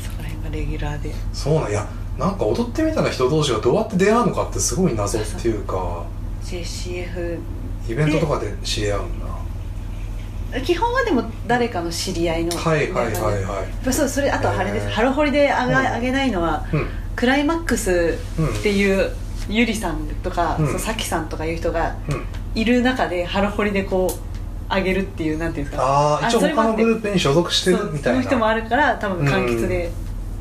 [SPEAKER 3] そこら辺がレギュラーで
[SPEAKER 1] そうなんいやなんか踊ってみたら人同士がどうやって出会うのかってすごい謎っていうか
[SPEAKER 3] JCF
[SPEAKER 1] イベントとかで知り合うんだ
[SPEAKER 3] 基本はでも誰かの知り合いの
[SPEAKER 1] はいはいはい
[SPEAKER 3] やっ
[SPEAKER 1] はい
[SPEAKER 3] ぱそうそれあとはあれです、
[SPEAKER 1] へー
[SPEAKER 3] ハロホリであ
[SPEAKER 1] うん
[SPEAKER 3] が、あげないのは
[SPEAKER 1] うん
[SPEAKER 3] クライマックスっていう、ゆりさんとか、
[SPEAKER 1] うん
[SPEAKER 3] そうさきさんとかいう人が
[SPEAKER 1] うん
[SPEAKER 3] いる中でハロホリでこうあげるっていうなんていうんですか
[SPEAKER 1] ああ一応
[SPEAKER 3] それも
[SPEAKER 1] 他
[SPEAKER 3] あ
[SPEAKER 1] の
[SPEAKER 3] って
[SPEAKER 1] グループに所属して
[SPEAKER 3] そ
[SPEAKER 1] る
[SPEAKER 3] う
[SPEAKER 1] み
[SPEAKER 3] そ
[SPEAKER 1] たい
[SPEAKER 3] の
[SPEAKER 1] な
[SPEAKER 3] 人もあるから多分柑橘で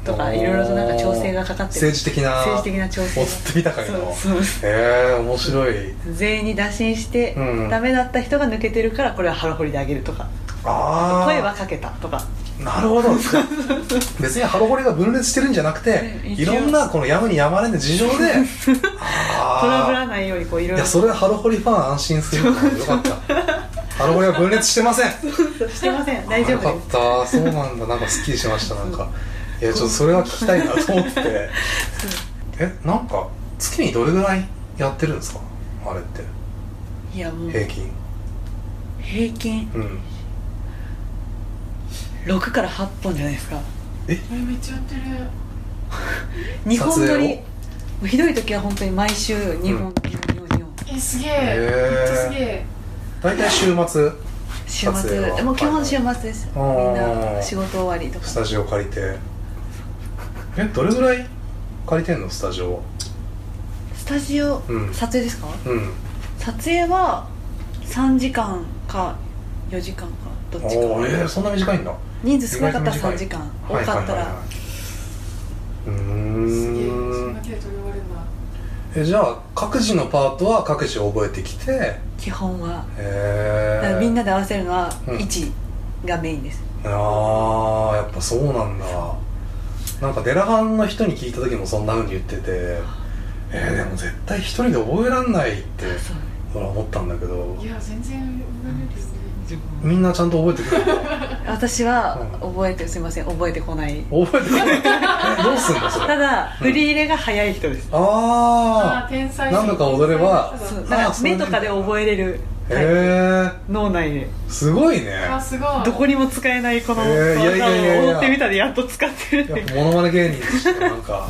[SPEAKER 3] とか
[SPEAKER 1] うん
[SPEAKER 3] いろいろとなんか調整がかかってる
[SPEAKER 1] 政治的な
[SPEAKER 3] 政治的な調整
[SPEAKER 1] 踊ってみたかいの
[SPEAKER 3] そうそう
[SPEAKER 1] へえ面白い
[SPEAKER 3] 全員に打診して、
[SPEAKER 1] うん
[SPEAKER 3] ダメだった人が抜けてるからこれはハロホリであげるとか
[SPEAKER 1] ああ
[SPEAKER 3] 声はかけたとか
[SPEAKER 1] なるほ ど別にハロホリが分裂してるんじゃなくて
[SPEAKER 3] ね
[SPEAKER 1] いろんなこのやむにやまれぬ事 情であー
[SPEAKER 3] トラブらないようにこうい
[SPEAKER 1] い
[SPEAKER 3] ろいろ
[SPEAKER 1] やそれはハロホリファン安心するからよか ったハロホリは分裂してません
[SPEAKER 3] してません大丈
[SPEAKER 1] よ
[SPEAKER 3] 夫
[SPEAKER 1] か
[SPEAKER 3] で
[SPEAKER 1] っ
[SPEAKER 3] す
[SPEAKER 1] たそうなんだなんかすっきりしましたなん かいやちょっとそれは聞きたいなと思ってえなんか月にどれぐらいやってるんですかあれって
[SPEAKER 3] いやもう
[SPEAKER 1] 平均
[SPEAKER 3] 平均
[SPEAKER 1] うん
[SPEAKER 3] 6から8本じゃないですか
[SPEAKER 5] えめっちゃやってる
[SPEAKER 3] 2本撮
[SPEAKER 1] 撮
[SPEAKER 3] り
[SPEAKER 1] 影を
[SPEAKER 3] もうひどい時は本当に毎週2本、2本2本
[SPEAKER 5] えすげ
[SPEAKER 1] へ
[SPEAKER 5] え
[SPEAKER 1] ー
[SPEAKER 5] めっちゃすげえ
[SPEAKER 1] 大体週末
[SPEAKER 3] 週
[SPEAKER 1] 撮影は
[SPEAKER 3] 末でも基本週末ですみん
[SPEAKER 1] あー
[SPEAKER 3] な仕事終わりと
[SPEAKER 1] ス
[SPEAKER 3] か
[SPEAKER 1] タジオ借りてえどれぐらい借りてんのスタジオは
[SPEAKER 3] スタジオ、
[SPEAKER 1] うん
[SPEAKER 3] 撮影ですか
[SPEAKER 1] うん
[SPEAKER 3] 撮影は3時間か4時間かどっ
[SPEAKER 1] お
[SPEAKER 3] ちか
[SPEAKER 1] ーえー、そんな短いんだ
[SPEAKER 3] 人数少なかったら
[SPEAKER 1] 意外と短い
[SPEAKER 3] 3時間多
[SPEAKER 1] はい
[SPEAKER 3] かった
[SPEAKER 1] はいはいは
[SPEAKER 3] ら
[SPEAKER 1] いう
[SPEAKER 5] すげえ
[SPEAKER 1] ー
[SPEAKER 5] そん
[SPEAKER 1] ん
[SPEAKER 5] な手取り終わるんだ
[SPEAKER 1] えじゃあ各自のパートは各自覚えてきてへ
[SPEAKER 3] 基本はだから
[SPEAKER 1] え
[SPEAKER 3] みんなで合わせるのは
[SPEAKER 1] うん
[SPEAKER 3] 1がメインです
[SPEAKER 1] ああやっぱそうなんだなんかデラハンの人に聞いた時もそんな風に言っててえー、でも絶対一人で覚えらんないって
[SPEAKER 3] そ
[SPEAKER 1] ほ
[SPEAKER 3] う
[SPEAKER 1] ら思ったんだけど
[SPEAKER 5] いや全然覚えるですね
[SPEAKER 1] みんなちゃんと覚えてくれる
[SPEAKER 3] 私は覚えてすいません覚えてこない
[SPEAKER 1] の覚えてくれるのどうすんだそ
[SPEAKER 3] た
[SPEAKER 1] れ
[SPEAKER 3] だ
[SPEAKER 1] うん
[SPEAKER 3] 振り入れが早い人です
[SPEAKER 5] あ
[SPEAKER 1] あ
[SPEAKER 5] ー天才
[SPEAKER 1] 何度か踊れば
[SPEAKER 5] 天
[SPEAKER 3] そ
[SPEAKER 5] 才だ
[SPEAKER 3] う
[SPEAKER 1] あ
[SPEAKER 3] だか
[SPEAKER 1] ー
[SPEAKER 3] ら
[SPEAKER 1] そういう
[SPEAKER 3] 目とかで覚えれる
[SPEAKER 1] あへ
[SPEAKER 3] タイプ
[SPEAKER 1] え
[SPEAKER 3] 脳内で
[SPEAKER 1] すごいね
[SPEAKER 5] あすごい
[SPEAKER 3] どこにも使えないこの
[SPEAKER 1] えーいやいやいやいや
[SPEAKER 3] 技を踊ってみたでやっと使ってるん
[SPEAKER 1] やっ
[SPEAKER 3] で
[SPEAKER 1] ぱモノマネ芸人としてなんか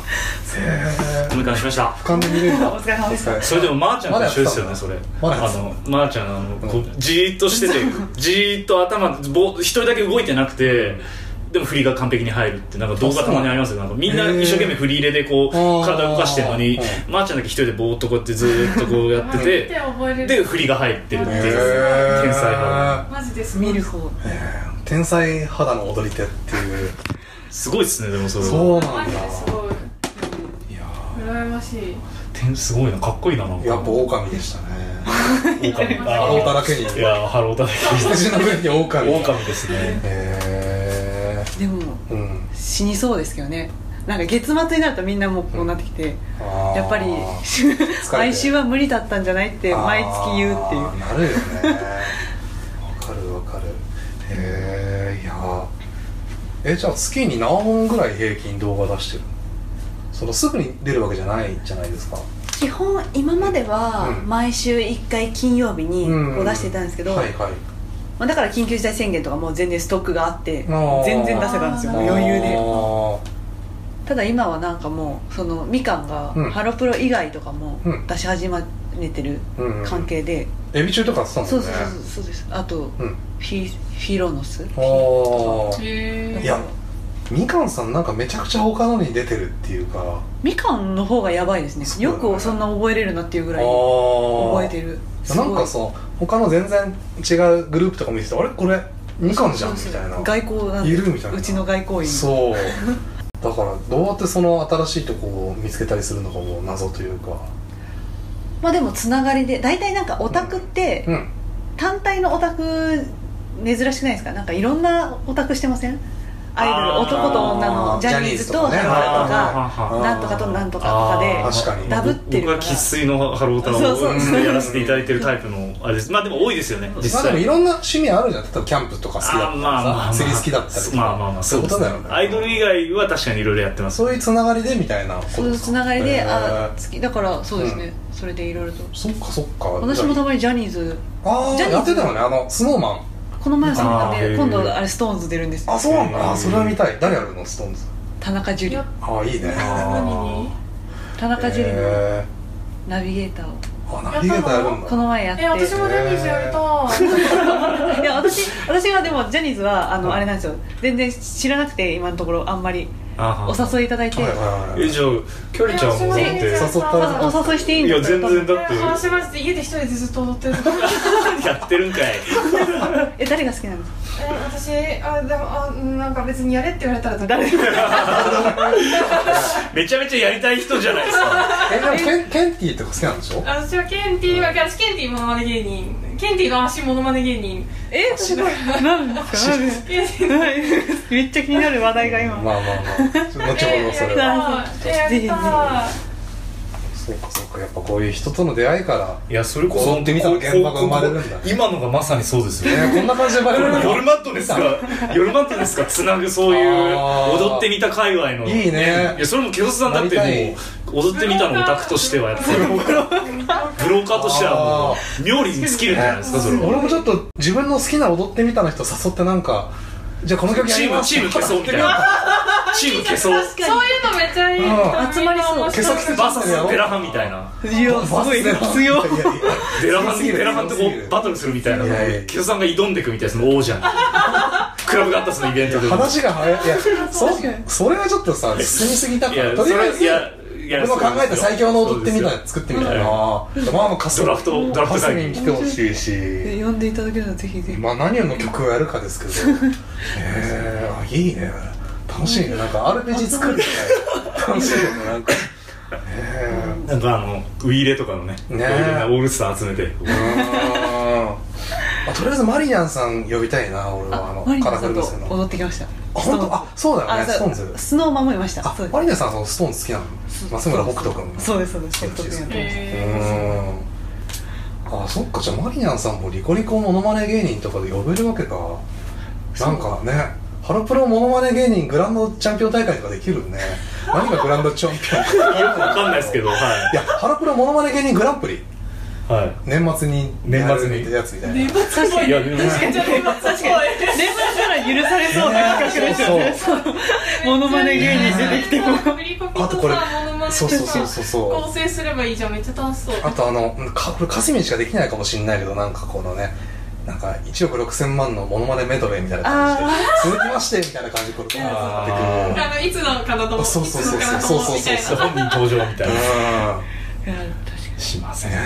[SPEAKER 1] へえ
[SPEAKER 2] お迎えしました
[SPEAKER 1] 俯瞰で見れるんだ
[SPEAKER 3] お疲れ様でした
[SPEAKER 1] お疲
[SPEAKER 2] それでもまーちゃんと一緒ですよねそれ
[SPEAKER 1] まだや
[SPEAKER 2] あ
[SPEAKER 1] ってた
[SPEAKER 2] のまーちゃんあのこうじーっとしててじーっと頭ぼ一人だけ動いてなくてでも振りが完璧に入るってなんか動画たまにありますよなんかみんな
[SPEAKER 1] へー
[SPEAKER 2] 一生懸命振り入れでこう
[SPEAKER 1] あー
[SPEAKER 2] 体動かしてるのに
[SPEAKER 1] う
[SPEAKER 2] まーちゃんだけ一人でぼーっとこうやってずーっとこうやって
[SPEAKER 5] 見
[SPEAKER 2] て
[SPEAKER 5] 覚えれる
[SPEAKER 2] で振りが入ってるっていう
[SPEAKER 1] へー
[SPEAKER 2] 天才派
[SPEAKER 5] マジですごい
[SPEAKER 3] 見る方
[SPEAKER 1] 天才肌の踊り手っていう
[SPEAKER 2] すごいっすねでもそれ
[SPEAKER 1] そうな
[SPEAKER 5] マ
[SPEAKER 1] ん
[SPEAKER 5] ジ
[SPEAKER 1] だ
[SPEAKER 5] ですごい
[SPEAKER 1] いや
[SPEAKER 5] 羨ましい
[SPEAKER 2] 天すごいなかっこいいななん
[SPEAKER 1] ー
[SPEAKER 2] か
[SPEAKER 1] やっぱ狼でしたね
[SPEAKER 2] 狼
[SPEAKER 1] ハロータだけに
[SPEAKER 2] いやーハロータだ け
[SPEAKER 1] 羊の上に狼
[SPEAKER 2] に狼ですね
[SPEAKER 1] へ
[SPEAKER 3] でも
[SPEAKER 1] ーうん
[SPEAKER 3] 死にそうですけどねなんか月末になるとみんなもうこうなってきて、
[SPEAKER 1] あー
[SPEAKER 3] やっぱり毎週は無理だったんじゃないって毎月言うっていう
[SPEAKER 1] あーなるよねわかるわかるへえいやーえじゃあ月に何本ぐらい平均動画出してるのそのすぐに出るわけじゃないじゃないですか
[SPEAKER 3] 基本今までは
[SPEAKER 1] うん
[SPEAKER 3] 毎週1回金曜日に
[SPEAKER 1] うん
[SPEAKER 3] こう出してたんですけど、
[SPEAKER 1] はいはい
[SPEAKER 3] まあ、だから緊急事態宣言とかもう全然ストックがあって
[SPEAKER 1] あー
[SPEAKER 3] 全然出せたんですよ
[SPEAKER 5] あー
[SPEAKER 3] 余裕で
[SPEAKER 1] で
[SPEAKER 3] ただ今はなんかもうそのみかんが
[SPEAKER 1] うん
[SPEAKER 3] ハロプロ以外とかも
[SPEAKER 1] うん
[SPEAKER 3] 出し始めてる関係で、
[SPEAKER 1] エビ中とかやってたもんね
[SPEAKER 3] そうそうそうそうですあと
[SPEAKER 1] うん
[SPEAKER 3] フィフィロノス
[SPEAKER 1] おー
[SPEAKER 5] へ
[SPEAKER 1] い
[SPEAKER 5] え
[SPEAKER 1] やみかんさんなんかめちゃくちゃ他のに出てるっていうか
[SPEAKER 3] みかんの方がやばいですね
[SPEAKER 1] そうだ
[SPEAKER 3] よ
[SPEAKER 1] ね
[SPEAKER 3] くそんな覚えれるなっていうぐらい覚
[SPEAKER 1] 覚
[SPEAKER 3] えてるす
[SPEAKER 1] な
[SPEAKER 3] ごい
[SPEAKER 1] んかそう他の全然違うグループとか見ててあれこれみかんじゃんみ
[SPEAKER 3] そうそう
[SPEAKER 1] たいな
[SPEAKER 3] 外交なんで
[SPEAKER 1] いるみたいな
[SPEAKER 3] うちの外交員
[SPEAKER 1] そうだからどうやってその新しいとこを見つけたりするのかも謎というか
[SPEAKER 3] まあでもつながりで大体なんかオタクって
[SPEAKER 1] うん
[SPEAKER 3] 単体のオタク珍しくないですかなんかいろんなオタクしてませんアイドル
[SPEAKER 2] あー
[SPEAKER 3] 男と女のジャニーズと
[SPEAKER 1] ジャニーズとかね
[SPEAKER 3] ハロ
[SPEAKER 2] は
[SPEAKER 3] プ
[SPEAKER 2] いはい
[SPEAKER 3] ロとか
[SPEAKER 1] はい
[SPEAKER 3] なんとかとなんとかとかで
[SPEAKER 2] あー
[SPEAKER 1] 確かに
[SPEAKER 3] ダブって
[SPEAKER 2] 僕
[SPEAKER 3] るか
[SPEAKER 2] は
[SPEAKER 3] ら
[SPEAKER 2] 生粋のハロータ
[SPEAKER 3] そうそう
[SPEAKER 1] そう
[SPEAKER 2] をやらせていただいてるタイ プのあれですまあでも多いですよね実
[SPEAKER 1] まあでもい
[SPEAKER 2] 際
[SPEAKER 1] ろんな趣味あるじゃん例えばキャンプとか好きだった
[SPEAKER 2] あ
[SPEAKER 1] り
[SPEAKER 2] ー
[SPEAKER 1] さ、
[SPEAKER 2] まあまあまあ
[SPEAKER 1] 釣り好きだったりとか
[SPEAKER 2] まあまあまあ
[SPEAKER 1] そういうことだよ
[SPEAKER 2] で
[SPEAKER 1] ね
[SPEAKER 2] すアイドル以外は確かにいろいろやってます
[SPEAKER 1] そういうつながりでみたいなこと
[SPEAKER 3] そういうつながりで
[SPEAKER 1] へー
[SPEAKER 3] あ好きだからそうですねそれでいろいろと
[SPEAKER 1] そっかそっか
[SPEAKER 3] 私もた
[SPEAKER 1] ま
[SPEAKER 3] まにジャニーズ
[SPEAKER 1] ああ
[SPEAKER 3] ジャニーズ
[SPEAKER 1] やってたよねあのスノーマン
[SPEAKER 3] この前はそんな
[SPEAKER 2] あー
[SPEAKER 3] で今度あれストーンズ出るんですよ
[SPEAKER 1] あそうなん
[SPEAKER 2] うん
[SPEAKER 1] だあそれは見たい誰やるのストーンズ
[SPEAKER 3] 田中樹
[SPEAKER 5] や
[SPEAKER 1] ああいいね
[SPEAKER 2] あー
[SPEAKER 3] 田中樹の
[SPEAKER 1] へ
[SPEAKER 3] ナビゲーターを
[SPEAKER 1] ーあナビゲーターやるんだ
[SPEAKER 3] この前やって
[SPEAKER 5] え私もジャニーズやりたい
[SPEAKER 3] いや私私はでもジャニーズはあ
[SPEAKER 1] う
[SPEAKER 3] の
[SPEAKER 1] ん
[SPEAKER 3] あれなんですよ全然知らなくて今のところあんまり
[SPEAKER 2] あ
[SPEAKER 3] お
[SPEAKER 2] ー
[SPEAKER 3] 誘いいただいて、
[SPEAKER 1] はいはいはい
[SPEAKER 2] えじゃあキャリちゃんもだっ
[SPEAKER 5] え
[SPEAKER 2] て
[SPEAKER 1] 誘ったら
[SPEAKER 3] まずお誘いしていいん
[SPEAKER 2] い
[SPEAKER 3] で
[SPEAKER 2] や
[SPEAKER 3] す
[SPEAKER 2] 全
[SPEAKER 3] か
[SPEAKER 2] 然だ
[SPEAKER 5] え
[SPEAKER 2] っ
[SPEAKER 5] 話
[SPEAKER 2] て
[SPEAKER 5] します家で一人でずっと踊ってると
[SPEAKER 2] やってるんかい
[SPEAKER 3] え誰が好きなんですか
[SPEAKER 5] え私あでもあうんなんか別にやれって言われたらど う
[SPEAKER 3] 誰
[SPEAKER 2] めちゃめちゃやりたい人じゃないですか
[SPEAKER 1] えでもケンケンティーとか好きなんでしょ
[SPEAKER 5] あ私はケンティーは私ケンティーもまね芸人ケンティが足モノマネ芸人
[SPEAKER 6] えー、すごい何ですか何ですか
[SPEAKER 5] ケンティ
[SPEAKER 6] めっちゃ気になる話題が
[SPEAKER 1] まあ
[SPEAKER 6] 今
[SPEAKER 1] まあまあ後ほどそれは
[SPEAKER 5] やったや
[SPEAKER 6] ぜひぜひ
[SPEAKER 5] った
[SPEAKER 1] そうかそうかやっぱこういう人との出会いから
[SPEAKER 2] いやそれこそ
[SPEAKER 1] 踊ってみたら現場が生まれるんだ
[SPEAKER 2] 今のがまさにそうですよね
[SPEAKER 1] ねこんな感じでバレるんだ
[SPEAKER 2] 夜マットで すか夜マットですかつなぐそういう
[SPEAKER 1] あー
[SPEAKER 2] 踊ってみた界隈の
[SPEAKER 1] いいね
[SPEAKER 2] いやそれもケロスさんだって
[SPEAKER 1] なり
[SPEAKER 2] もう踊ってみたのオタクとしてはやっぱりブローカーとしてはも
[SPEAKER 1] あ
[SPEAKER 2] う妙利に尽きるんじゃないですかそれ
[SPEAKER 1] 俺
[SPEAKER 2] は
[SPEAKER 1] もちょっと自分の好きな踊ってみたの人誘ってなんかじゃあこの曲や
[SPEAKER 2] チ
[SPEAKER 1] り
[SPEAKER 2] ー
[SPEAKER 1] ま
[SPEAKER 2] ム
[SPEAKER 1] す
[SPEAKER 2] チーム消そうみたいなチーム消そう
[SPEAKER 5] そういうのめっちゃい
[SPEAKER 1] う
[SPEAKER 5] い
[SPEAKER 1] ん
[SPEAKER 6] 集まりそう
[SPEAKER 1] 消そう消そう
[SPEAKER 2] バサスデラハンみたいない
[SPEAKER 6] やすごい強
[SPEAKER 1] いやいや
[SPEAKER 2] デラハ
[SPEAKER 1] 強すぎ
[SPEAKER 2] ン
[SPEAKER 1] る
[SPEAKER 2] デラハンと
[SPEAKER 1] 強
[SPEAKER 2] こ
[SPEAKER 1] すぎる
[SPEAKER 2] うバトルするみたいない
[SPEAKER 1] やいやいや
[SPEAKER 2] ケロスさんが挑んでいくみたいな その王者にクラブがあったそのイベントで
[SPEAKER 1] 話が早いいやそそ れはちょっとさ進みすぎたか
[SPEAKER 2] いや
[SPEAKER 1] らとりあえ
[SPEAKER 2] それいや
[SPEAKER 1] ず
[SPEAKER 2] いや
[SPEAKER 1] 俺の考えた最強の踊ってみたら
[SPEAKER 2] そうですよ
[SPEAKER 1] 作ってみたいな
[SPEAKER 2] うん
[SPEAKER 1] まあもうカス
[SPEAKER 2] ドラフトドラフ
[SPEAKER 1] カ
[SPEAKER 2] ト
[SPEAKER 1] ス
[SPEAKER 2] 会議
[SPEAKER 1] ミン来てほしいし
[SPEAKER 6] 呼んでいただけるのはぜひぜひ
[SPEAKER 1] まあ何の曲をやるかですけどえーあいいね楽しいねなんか RPG 作るみたいな楽しいよねなんかえ
[SPEAKER 2] なんかあのウイイレとかのね
[SPEAKER 1] ね
[SPEAKER 2] いろんなオールスター集めて
[SPEAKER 1] あとりあえずマリニャンさん呼びたいな俺はあの
[SPEAKER 6] マリ
[SPEAKER 1] カ
[SPEAKER 6] ナ
[SPEAKER 1] ラ
[SPEAKER 6] さ
[SPEAKER 1] フル
[SPEAKER 6] んと
[SPEAKER 1] ですけど
[SPEAKER 6] 踊ってきました
[SPEAKER 1] あ本当あそうだよねストーンズ
[SPEAKER 6] スノーマンもいました
[SPEAKER 1] あ
[SPEAKER 6] そうです
[SPEAKER 1] マリニャンさんそのストーンズ好きなの松村北斗君
[SPEAKER 6] そうですそうです
[SPEAKER 1] そうです
[SPEAKER 6] そうです
[SPEAKER 1] うーんあそっかじゃあマリニャンさんもリコリコモノマネ芸人とかで呼べるわけかなんかねハロプロモノマネ芸人グランドチャンピオン大会とかできる ね何がグランドチャンピオン
[SPEAKER 2] よくわかんないですけどはい
[SPEAKER 1] いやハロプロモノマネ芸人グランプリ
[SPEAKER 2] は
[SPEAKER 1] 年末に
[SPEAKER 2] 年末に
[SPEAKER 1] やるやつみたいな
[SPEAKER 2] 末いやでも
[SPEAKER 5] 確かにちょっと今確かに
[SPEAKER 6] 年末なら許されそうな企画ですよねそうモノマネ芸人出てきても
[SPEAKER 5] そう振りコピ
[SPEAKER 1] あとこれ
[SPEAKER 5] とさモノマネ
[SPEAKER 1] そうそうそうそうそう
[SPEAKER 5] 構成すればいいじゃんめっちゃ楽しそう
[SPEAKER 1] あとあのかこれカスミンしかできないかもしれないけどなんかこのねなんか1億6000万のモノマネメドレーみたいな感じで続きましてみたいな感じでこれ こうやってくる
[SPEAKER 5] あのいつのかなともいつ
[SPEAKER 1] そうそうそ
[SPEAKER 5] の
[SPEAKER 1] う
[SPEAKER 5] かなと
[SPEAKER 1] そう
[SPEAKER 5] もみたいな
[SPEAKER 1] そうそうそう
[SPEAKER 2] 本人登場みたい
[SPEAKER 6] 確か
[SPEAKER 2] なしません
[SPEAKER 1] うん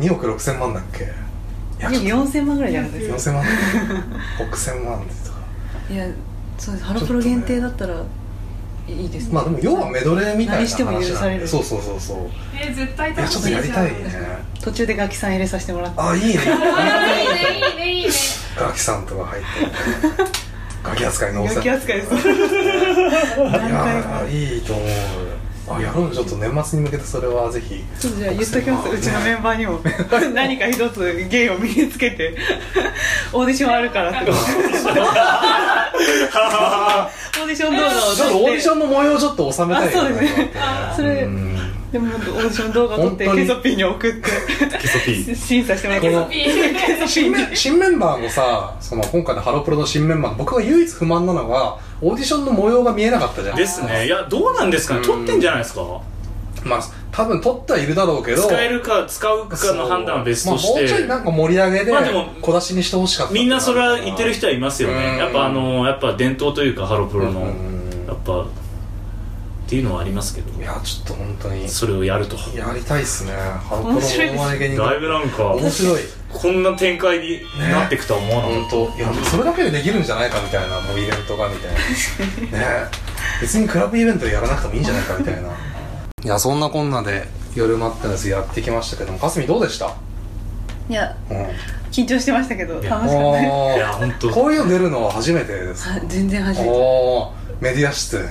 [SPEAKER 1] 2億6000万だっけい
[SPEAKER 6] に4000万ぐらいじゃないですか
[SPEAKER 1] 4000万6000万ってとか
[SPEAKER 6] いやそうですハロプロ限定だったらいいですね
[SPEAKER 1] まあでも要はメドレーみたいな話なん
[SPEAKER 6] 何
[SPEAKER 1] で
[SPEAKER 6] しても許される
[SPEAKER 1] そうそうそうそう
[SPEAKER 5] えー絶対
[SPEAKER 1] いや
[SPEAKER 5] 楽し
[SPEAKER 1] ちょ
[SPEAKER 5] い
[SPEAKER 1] っ
[SPEAKER 5] じ
[SPEAKER 1] と
[SPEAKER 5] ゃん
[SPEAKER 1] やりたいね
[SPEAKER 6] 途中でガキさん入れさせてもらって
[SPEAKER 1] あいいね
[SPEAKER 5] あーいいねい いねいいね
[SPEAKER 1] ガキさんとか 入ってガキ扱いの多さ
[SPEAKER 6] ガキ扱いです
[SPEAKER 1] いやーいいと思うあやるのちょっと年末に向けてそれはぜひ
[SPEAKER 6] ちょっとじゃあ言っときますうちのメンバーに も何か一つ芸を身につけて オーディションあるからってオーディション動画を
[SPEAKER 1] ちょっとオーディショ
[SPEAKER 6] ン
[SPEAKER 1] ンの模様をちょっと収めたい
[SPEAKER 6] あ
[SPEAKER 1] よ
[SPEAKER 6] そうですねそれ
[SPEAKER 1] うん
[SPEAKER 6] でもオーディション動画撮って
[SPEAKER 1] 本当に
[SPEAKER 6] ケソピーに送っ
[SPEAKER 2] ケソピー
[SPEAKER 6] て審査してもらっ
[SPEAKER 1] こ
[SPEAKER 6] て
[SPEAKER 1] の
[SPEAKER 5] ピー
[SPEAKER 1] 新メ新メンバーのさその今回のハロプロの新メンバー僕が唯一不満なのがオーディションの模様が見えなかったじゃん
[SPEAKER 2] ですねいやどうなんですかね撮ってんじゃないですか
[SPEAKER 1] まあ多分撮ってはいるだろうけど
[SPEAKER 2] 使えるか使うかの判断は別とし
[SPEAKER 1] まあ、もうちょい
[SPEAKER 2] て
[SPEAKER 1] なんか盛り上げで
[SPEAKER 2] まあでも
[SPEAKER 1] 小出しにしてほしかった
[SPEAKER 2] みんなそれは言ってる人はいますよ
[SPEAKER 1] うん
[SPEAKER 2] ねやっぱあのやっぱ伝統というかハロプロの
[SPEAKER 1] うん
[SPEAKER 2] やっぱっていうのはありますけど
[SPEAKER 1] いやちょっと本当に
[SPEAKER 2] それをやると
[SPEAKER 1] やりたいっすねハロプロ
[SPEAKER 6] 面白いです
[SPEAKER 1] のお前芸人
[SPEAKER 2] だいぶなんか
[SPEAKER 1] 面白い
[SPEAKER 2] こんな展開になっていくとは思わなかった
[SPEAKER 1] 本当いやそれだけでできるんじゃないかみたいなもうイベントがみたいなね別にクラブイベントでやらなくてもいいんじゃないかみたいないやそんなこんなで夜待ってますやってきましたけどもかすみどうでした、
[SPEAKER 6] いや
[SPEAKER 1] うん、
[SPEAKER 6] 緊張してましたけど楽しかったです
[SPEAKER 1] お
[SPEAKER 2] いや
[SPEAKER 1] ー
[SPEAKER 2] 本当
[SPEAKER 1] こういうの出るのは初めてです
[SPEAKER 6] あ 全然初めて
[SPEAKER 1] おおメディア出演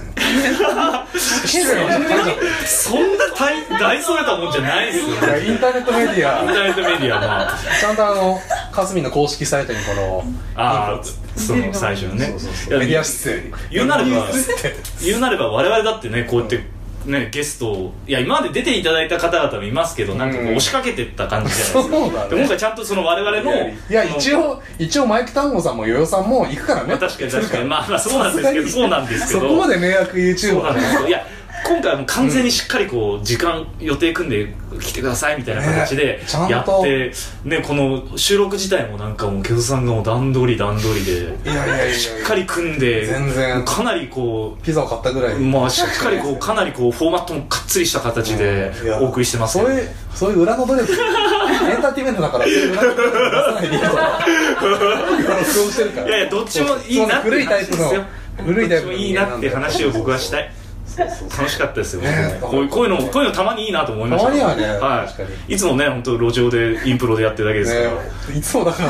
[SPEAKER 1] 出演初めてじ
[SPEAKER 2] そんな大大それたもんじゃないですよ
[SPEAKER 1] ゃんいやインターネットメディ
[SPEAKER 2] インタ
[SPEAKER 1] ア
[SPEAKER 2] ーネットメディアまあ
[SPEAKER 1] ちゃんとあのかすみの公式サイトにこの
[SPEAKER 2] ああその最初のね
[SPEAKER 1] そうそうそう
[SPEAKER 2] いや
[SPEAKER 1] メディア出演
[SPEAKER 2] 言うなれば
[SPEAKER 1] 出演
[SPEAKER 2] 言うなれば我々だってねこうやって、ね、ゲストをいや今まで出ていただいた方々もいますけどなんかこう
[SPEAKER 1] うん
[SPEAKER 2] 押しかけてった感じじゃないですか、
[SPEAKER 1] そうだ
[SPEAKER 2] で
[SPEAKER 1] ね
[SPEAKER 2] 今回ちゃんとその我々の
[SPEAKER 1] いや
[SPEAKER 2] この
[SPEAKER 1] 一応一応マイク単語さんもヨヨさんも行くから
[SPEAKER 2] ま
[SPEAKER 1] ね
[SPEAKER 2] あ確かに確かにまあまあそうなんですけどそうなんですけ
[SPEAKER 1] そ
[SPEAKER 2] ど
[SPEAKER 1] こまで迷惑
[SPEAKER 2] そうな
[SPEAKER 1] YouTuber
[SPEAKER 2] んですけどいや今回はもう完全にしっかりこう時間予定組んで来てくださいみたいな形で
[SPEAKER 1] ねちゃんと
[SPEAKER 2] やって、ね、この収録自体もなんかもうケズさんがもう段取り段取り
[SPEAKER 1] いやいやいやい
[SPEAKER 2] で
[SPEAKER 1] や
[SPEAKER 2] しっかり組んで
[SPEAKER 1] 全然
[SPEAKER 2] かなりこう
[SPEAKER 1] ピザを買ったぐらい
[SPEAKER 2] まあ、しっかりこうかなりこうフォーマットもかっつりした形で
[SPEAKER 1] うんいや
[SPEAKER 2] お送りしてます、
[SPEAKER 1] そういうそういう裏の努力エンターテインメントだからそういう裏の努力出さないでいいと今録音してるから
[SPEAKER 2] いやいやどっちもいいなっ
[SPEAKER 1] そうそ
[SPEAKER 2] て
[SPEAKER 1] う古いタイプの
[SPEAKER 2] 話ですよ
[SPEAKER 1] 古いタイプ
[SPEAKER 2] ど
[SPEAKER 1] の
[SPEAKER 2] っちもいいなって話を僕はしたい
[SPEAKER 1] そうそう
[SPEAKER 2] 楽しかったですよ、
[SPEAKER 1] ね
[SPEAKER 2] こういうこういうのこういうのたまにいいなと思いました
[SPEAKER 1] たまにはね
[SPEAKER 2] はい、
[SPEAKER 1] 確か
[SPEAKER 2] いつもね本当路上でインプロでやってるだけですけど、
[SPEAKER 1] ねいつもだか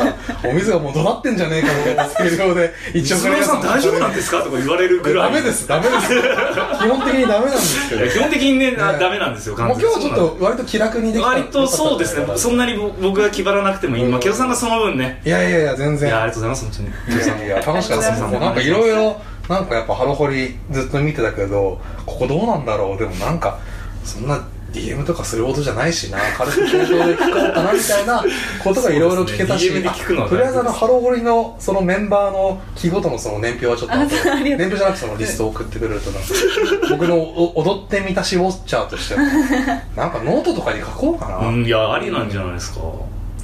[SPEAKER 1] らお水がもう怒鳴ってんじゃねえかみたいなスケジュールで一応
[SPEAKER 2] 水村さん大丈夫なんですかとか言われるぐら
[SPEAKER 1] ダ
[SPEAKER 2] い
[SPEAKER 1] メですダメです基本的にダメなんですけ
[SPEAKER 2] い
[SPEAKER 1] ど
[SPEAKER 2] や基本的にねな
[SPEAKER 1] ね
[SPEAKER 2] ダメなんですよ完
[SPEAKER 1] もう
[SPEAKER 2] 全
[SPEAKER 1] 今
[SPEAKER 2] に
[SPEAKER 1] 日はちょっと割と気楽にできた
[SPEAKER 2] 割とそうですねそんなに僕が気張らなくてもいい、まあ木戸さんがその分ね
[SPEAKER 1] いやいやいや全
[SPEAKER 2] い
[SPEAKER 1] 然
[SPEAKER 2] やありがとうございます本当に
[SPEAKER 1] いやいや楽しかったですもうなんかいろいろなんかやっぱハロホリずっと見てたけどここどうなんだろうでもなんかそんな DM とかするほどじゃないしな軽く登場で聞こうかなみたいなことがいろいろ聞けたし、
[SPEAKER 2] そうですね DM で聞くのは大
[SPEAKER 1] と
[SPEAKER 2] 事です
[SPEAKER 1] りあえずあのハロホリのそのメンバーの木ごとのその年表はちょっと後で年表じゃなくてそのリストを送ってくれるとなんか僕のお踊ってみたしウォッチャーとしてはなんかノートとかに書こうかな、
[SPEAKER 2] うんいやありなんじゃないですか、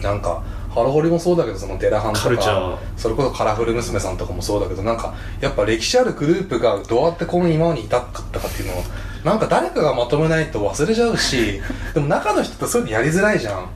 [SPEAKER 1] なんかハロホリもそうだけどそのデラハンと
[SPEAKER 2] カルチャ
[SPEAKER 1] か
[SPEAKER 2] ー
[SPEAKER 1] それこそカラフル娘さんとかもそうだけどなんかやっぱ歴史あるグループがどうやってこの今までに至ったかっていうのをなんか誰かがまとめないと忘れちゃうし でも中の人ってそういうのやりづらいじゃん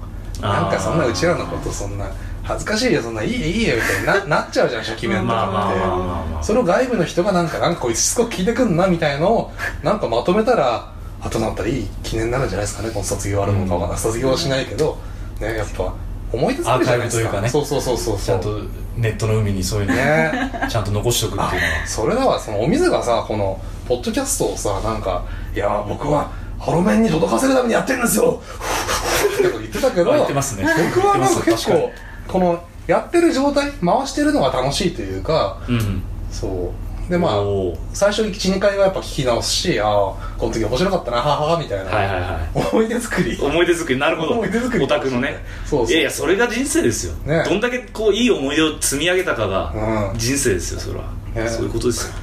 [SPEAKER 1] なんかそんなうちらのことそんな恥ずかしいよそんないいよいいよみたいにななっちゃうじゃん初期面と
[SPEAKER 2] まあまあまあま
[SPEAKER 1] か
[SPEAKER 2] あま
[SPEAKER 1] っ
[SPEAKER 2] あ
[SPEAKER 1] てそれを外部の人がなんかなんかこいつしつこく聞いてくんなみたいの をなんかまとめたら後になったらいい記念になるんじゃないですかねこの卒業あるのかわかんない卒業はしないけどねやっぱ思い出作りじゃないですか
[SPEAKER 2] アーカイブと
[SPEAKER 1] そ
[SPEAKER 2] いうかね
[SPEAKER 1] うそうそうそう
[SPEAKER 2] ち
[SPEAKER 1] そ
[SPEAKER 2] ゃ
[SPEAKER 1] うん
[SPEAKER 2] とネットの海にそういうの
[SPEAKER 1] ね
[SPEAKER 2] ちゃんと残しとくっ
[SPEAKER 1] あ
[SPEAKER 2] ていうのは
[SPEAKER 1] それだわそのお水がさこのポッドキャストをさなんかいや僕はハロメンに届かせるためにやってるんですよってこと言ってたけど
[SPEAKER 2] 言ってますね
[SPEAKER 1] 僕はなんか
[SPEAKER 2] 言ってま
[SPEAKER 1] 結
[SPEAKER 2] す確
[SPEAKER 1] 構このやってる状態回してるのが楽しいというか
[SPEAKER 2] かにうん
[SPEAKER 1] そうでまあ
[SPEAKER 2] おー
[SPEAKER 1] 最初12回はやっぱ聞き直すしああこの時面白かったなはははみたいな、
[SPEAKER 2] はいはいはい
[SPEAKER 1] 思い出作 り
[SPEAKER 2] 思い出作りなるほど
[SPEAKER 1] 思い出作り
[SPEAKER 2] オタクのね
[SPEAKER 1] そうそう
[SPEAKER 2] やいやそれが人生ですよ、
[SPEAKER 1] ね
[SPEAKER 2] どんだけこういい思い出を積み上げたかが
[SPEAKER 1] うん
[SPEAKER 2] 人生ですよそれは、
[SPEAKER 1] ね
[SPEAKER 2] そういうことですよ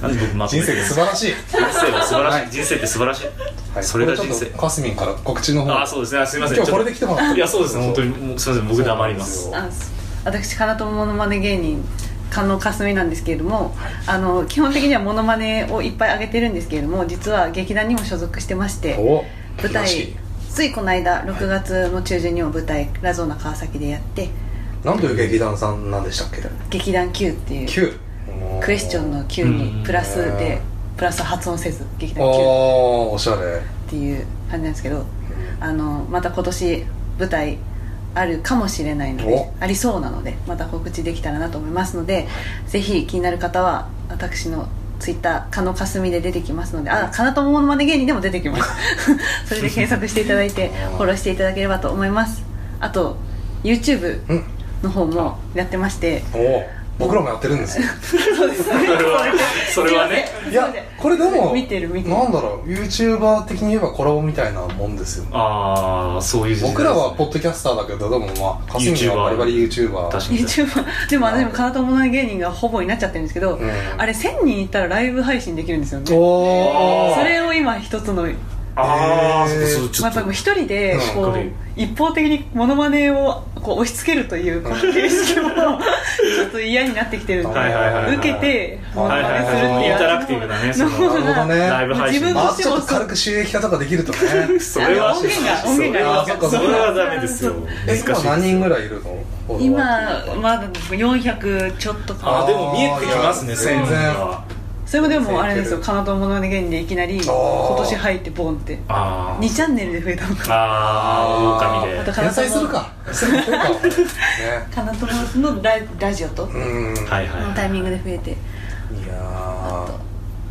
[SPEAKER 2] なんで僕まと
[SPEAKER 1] 人
[SPEAKER 2] めて
[SPEAKER 1] 生が
[SPEAKER 2] るんで
[SPEAKER 1] 素晴ら
[SPEAKER 2] す
[SPEAKER 1] しい、
[SPEAKER 2] 人生は素晴らしい、
[SPEAKER 1] はい
[SPEAKER 2] 人生って素晴らしい、
[SPEAKER 1] はい、
[SPEAKER 2] それが人
[SPEAKER 1] こちょ
[SPEAKER 2] 生
[SPEAKER 1] っとカスミンから告知の方
[SPEAKER 2] ああそうですねあすいません
[SPEAKER 1] 今日
[SPEAKER 2] ちょ
[SPEAKER 1] こ
[SPEAKER 2] っと
[SPEAKER 1] れで来てもらった
[SPEAKER 2] いやそうですね本当にもうすいません僕黙りま す
[SPEAKER 1] そうなん
[SPEAKER 3] あす私かなとものまね芸人菅野かすみなんですけれども、あの基本的にはものまねをいっぱい上げてるんですけれども実は劇団にも所属してまして
[SPEAKER 1] ですよお
[SPEAKER 3] 舞
[SPEAKER 1] らし
[SPEAKER 3] 台
[SPEAKER 1] い
[SPEAKER 3] ついこの間6月の中旬にも舞台「ラゾーナ川崎」でやって
[SPEAKER 1] なんという劇団さんなんでしたっけ
[SPEAKER 3] 劇団 Q っていう
[SPEAKER 1] 九
[SPEAKER 3] クエスチョンの Q
[SPEAKER 2] うん
[SPEAKER 3] にプラス
[SPEAKER 1] へ
[SPEAKER 3] でプラス発音せず劇
[SPEAKER 1] あ
[SPEAKER 3] 団 Q
[SPEAKER 1] あおしゃれ
[SPEAKER 3] っていう感じなんですけどあのまた今年舞台あるかもしれないので
[SPEAKER 1] お
[SPEAKER 3] ありそうなのでまた告知できたらなと思いますのでぜひ気になる方は私のツイッターかのかすみで出てきますのであかなともものまね芸人でも出てきますそれで検索していただいてフォローしていただければと思いますあと YouTube
[SPEAKER 1] うん
[SPEAKER 3] の方もやってまして
[SPEAKER 1] お僕らもやってるん ですよ
[SPEAKER 2] それはそれはね
[SPEAKER 1] いやこれでも
[SPEAKER 3] 見てる見てる
[SPEAKER 1] なんだろう YouTuber 的に言えばコラボみたいなもんですよ
[SPEAKER 2] ああそういう時代です
[SPEAKER 1] 僕らはポッドキャスターだけどでもまあかすみんはバリバリ YouTuber
[SPEAKER 2] 確かに
[SPEAKER 3] YouTuber でも私もかなとものまね芸人がほぼになっちゃってるんですけど、
[SPEAKER 1] うん
[SPEAKER 3] あれ1000人いったらライブ配信できるんですよね
[SPEAKER 1] おお
[SPEAKER 3] それを今一つの
[SPEAKER 2] ああ、
[SPEAKER 1] えー
[SPEAKER 2] そうちょ
[SPEAKER 3] まあ、
[SPEAKER 2] っ
[SPEAKER 3] やっぱ
[SPEAKER 2] と
[SPEAKER 3] りもう一人で
[SPEAKER 1] うん
[SPEAKER 3] こ
[SPEAKER 2] わかる
[SPEAKER 3] う一方的にモノマネをこう押し付けるというこ の形式もちょっと嫌になってきてるんで
[SPEAKER 2] はいはいはいはい
[SPEAKER 3] 受けてモノ
[SPEAKER 2] は
[SPEAKER 3] マ
[SPEAKER 2] いはい
[SPEAKER 3] ネするっ
[SPEAKER 2] は
[SPEAKER 3] て
[SPEAKER 2] い
[SPEAKER 3] いう
[SPEAKER 2] インタラクティブなね そ
[SPEAKER 3] の
[SPEAKER 2] の
[SPEAKER 1] なるほどね
[SPEAKER 2] ライブ配信
[SPEAKER 3] 自分
[SPEAKER 1] ま
[SPEAKER 3] の
[SPEAKER 1] あちょっと軽く収益化とかできるとね
[SPEAKER 2] それは
[SPEAKER 3] 音源が音源があります
[SPEAKER 1] そっかそ
[SPEAKER 2] そ
[SPEAKER 1] っか
[SPEAKER 2] れはダメですよ難
[SPEAKER 1] え
[SPEAKER 2] しい
[SPEAKER 1] 今何人ぐらいいるの
[SPEAKER 3] 今まだ400ちょっと
[SPEAKER 2] あ
[SPEAKER 3] か
[SPEAKER 2] でも見えてきますね
[SPEAKER 1] あー全然
[SPEAKER 2] そういうのが
[SPEAKER 3] それもでもあれですよカナとモノマネ芸人でいきなり今年入ってボンって
[SPEAKER 2] あ
[SPEAKER 3] 2チャンネルで増えたのか
[SPEAKER 2] ああ狼で
[SPEAKER 3] また
[SPEAKER 1] 天才するかするかね
[SPEAKER 3] カナとモのライラジオと
[SPEAKER 1] う
[SPEAKER 3] の
[SPEAKER 1] ん
[SPEAKER 2] はいはい
[SPEAKER 3] タイミングで増えて
[SPEAKER 1] いや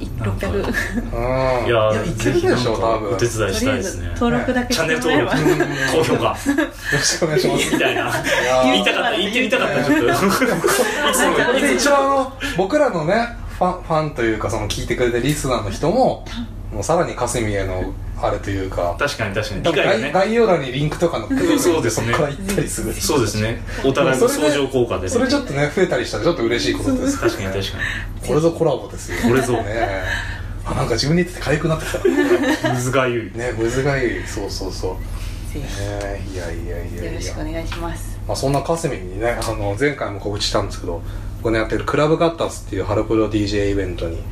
[SPEAKER 3] い
[SPEAKER 2] なんか
[SPEAKER 3] 600
[SPEAKER 1] ーうん
[SPEAKER 2] いや
[SPEAKER 1] いやいけるでしょ
[SPEAKER 2] ぜひなんか
[SPEAKER 1] 多分
[SPEAKER 2] お手伝い
[SPEAKER 3] と
[SPEAKER 2] し
[SPEAKER 3] り
[SPEAKER 2] た
[SPEAKER 3] あ
[SPEAKER 2] い
[SPEAKER 3] え
[SPEAKER 2] です
[SPEAKER 3] ず
[SPEAKER 2] ね
[SPEAKER 3] 登録だけ
[SPEAKER 2] チャンネル
[SPEAKER 3] もら
[SPEAKER 2] 登
[SPEAKER 3] え
[SPEAKER 2] 録
[SPEAKER 3] ば
[SPEAKER 2] 高評価
[SPEAKER 1] よろしくお願いします
[SPEAKER 2] みたいな言いたかった言ってみたかったちょっ といつもいつも
[SPEAKER 1] 一応あの僕らのねファンファンというかその聞いてくれてるリスナーの人ももうさらにかすみへのあれというか
[SPEAKER 2] 確かに確かに理解が
[SPEAKER 1] 概
[SPEAKER 2] ね
[SPEAKER 1] 概要欄にリンクとか載ってくるん
[SPEAKER 2] そうですね
[SPEAKER 1] そこから行ったりする
[SPEAKER 2] そうですねお互いの相乗効果で
[SPEAKER 1] それちょ
[SPEAKER 2] 確
[SPEAKER 1] っとね増えたりしたらちょっと嬉しいことです
[SPEAKER 2] かに確かに
[SPEAKER 1] にこれぞコラボですよ
[SPEAKER 2] これぞ
[SPEAKER 1] ねあなんか自分で言ってて痒くなってきた
[SPEAKER 2] 水がゆい
[SPEAKER 1] ねむずがゆいそうそうそう
[SPEAKER 3] ぜひ
[SPEAKER 1] ねいやいやいやいや
[SPEAKER 3] よろしくお願いします。
[SPEAKER 1] まあ、そんなカスミにねあの前回も告知したんですけどこのやってるクラブガッタスっていうハロプロ DJ イベントに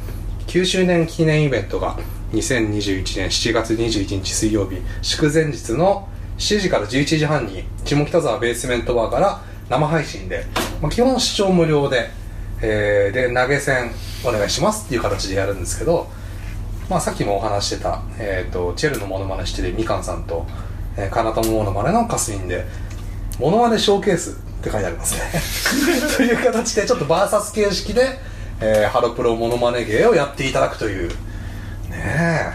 [SPEAKER 1] 9周年記念イベントが2021年7月21日水曜日祝前日の7時から11時半に下北沢ベースメントバーから生配信で、まあ、基本視聴無料で、えーで投げ銭お願いしますっていう形でやるんですけどまあ、さっきもお話ししてた、えー、とチェルのモノマネしてるみかんさんと、えー、かなたもモノマネのかすみんで「モノマネショーケース」って書いてあります ねという形でちょっとバーサス形式で、えーハロプロモノマネ芸をやっていただくというねえ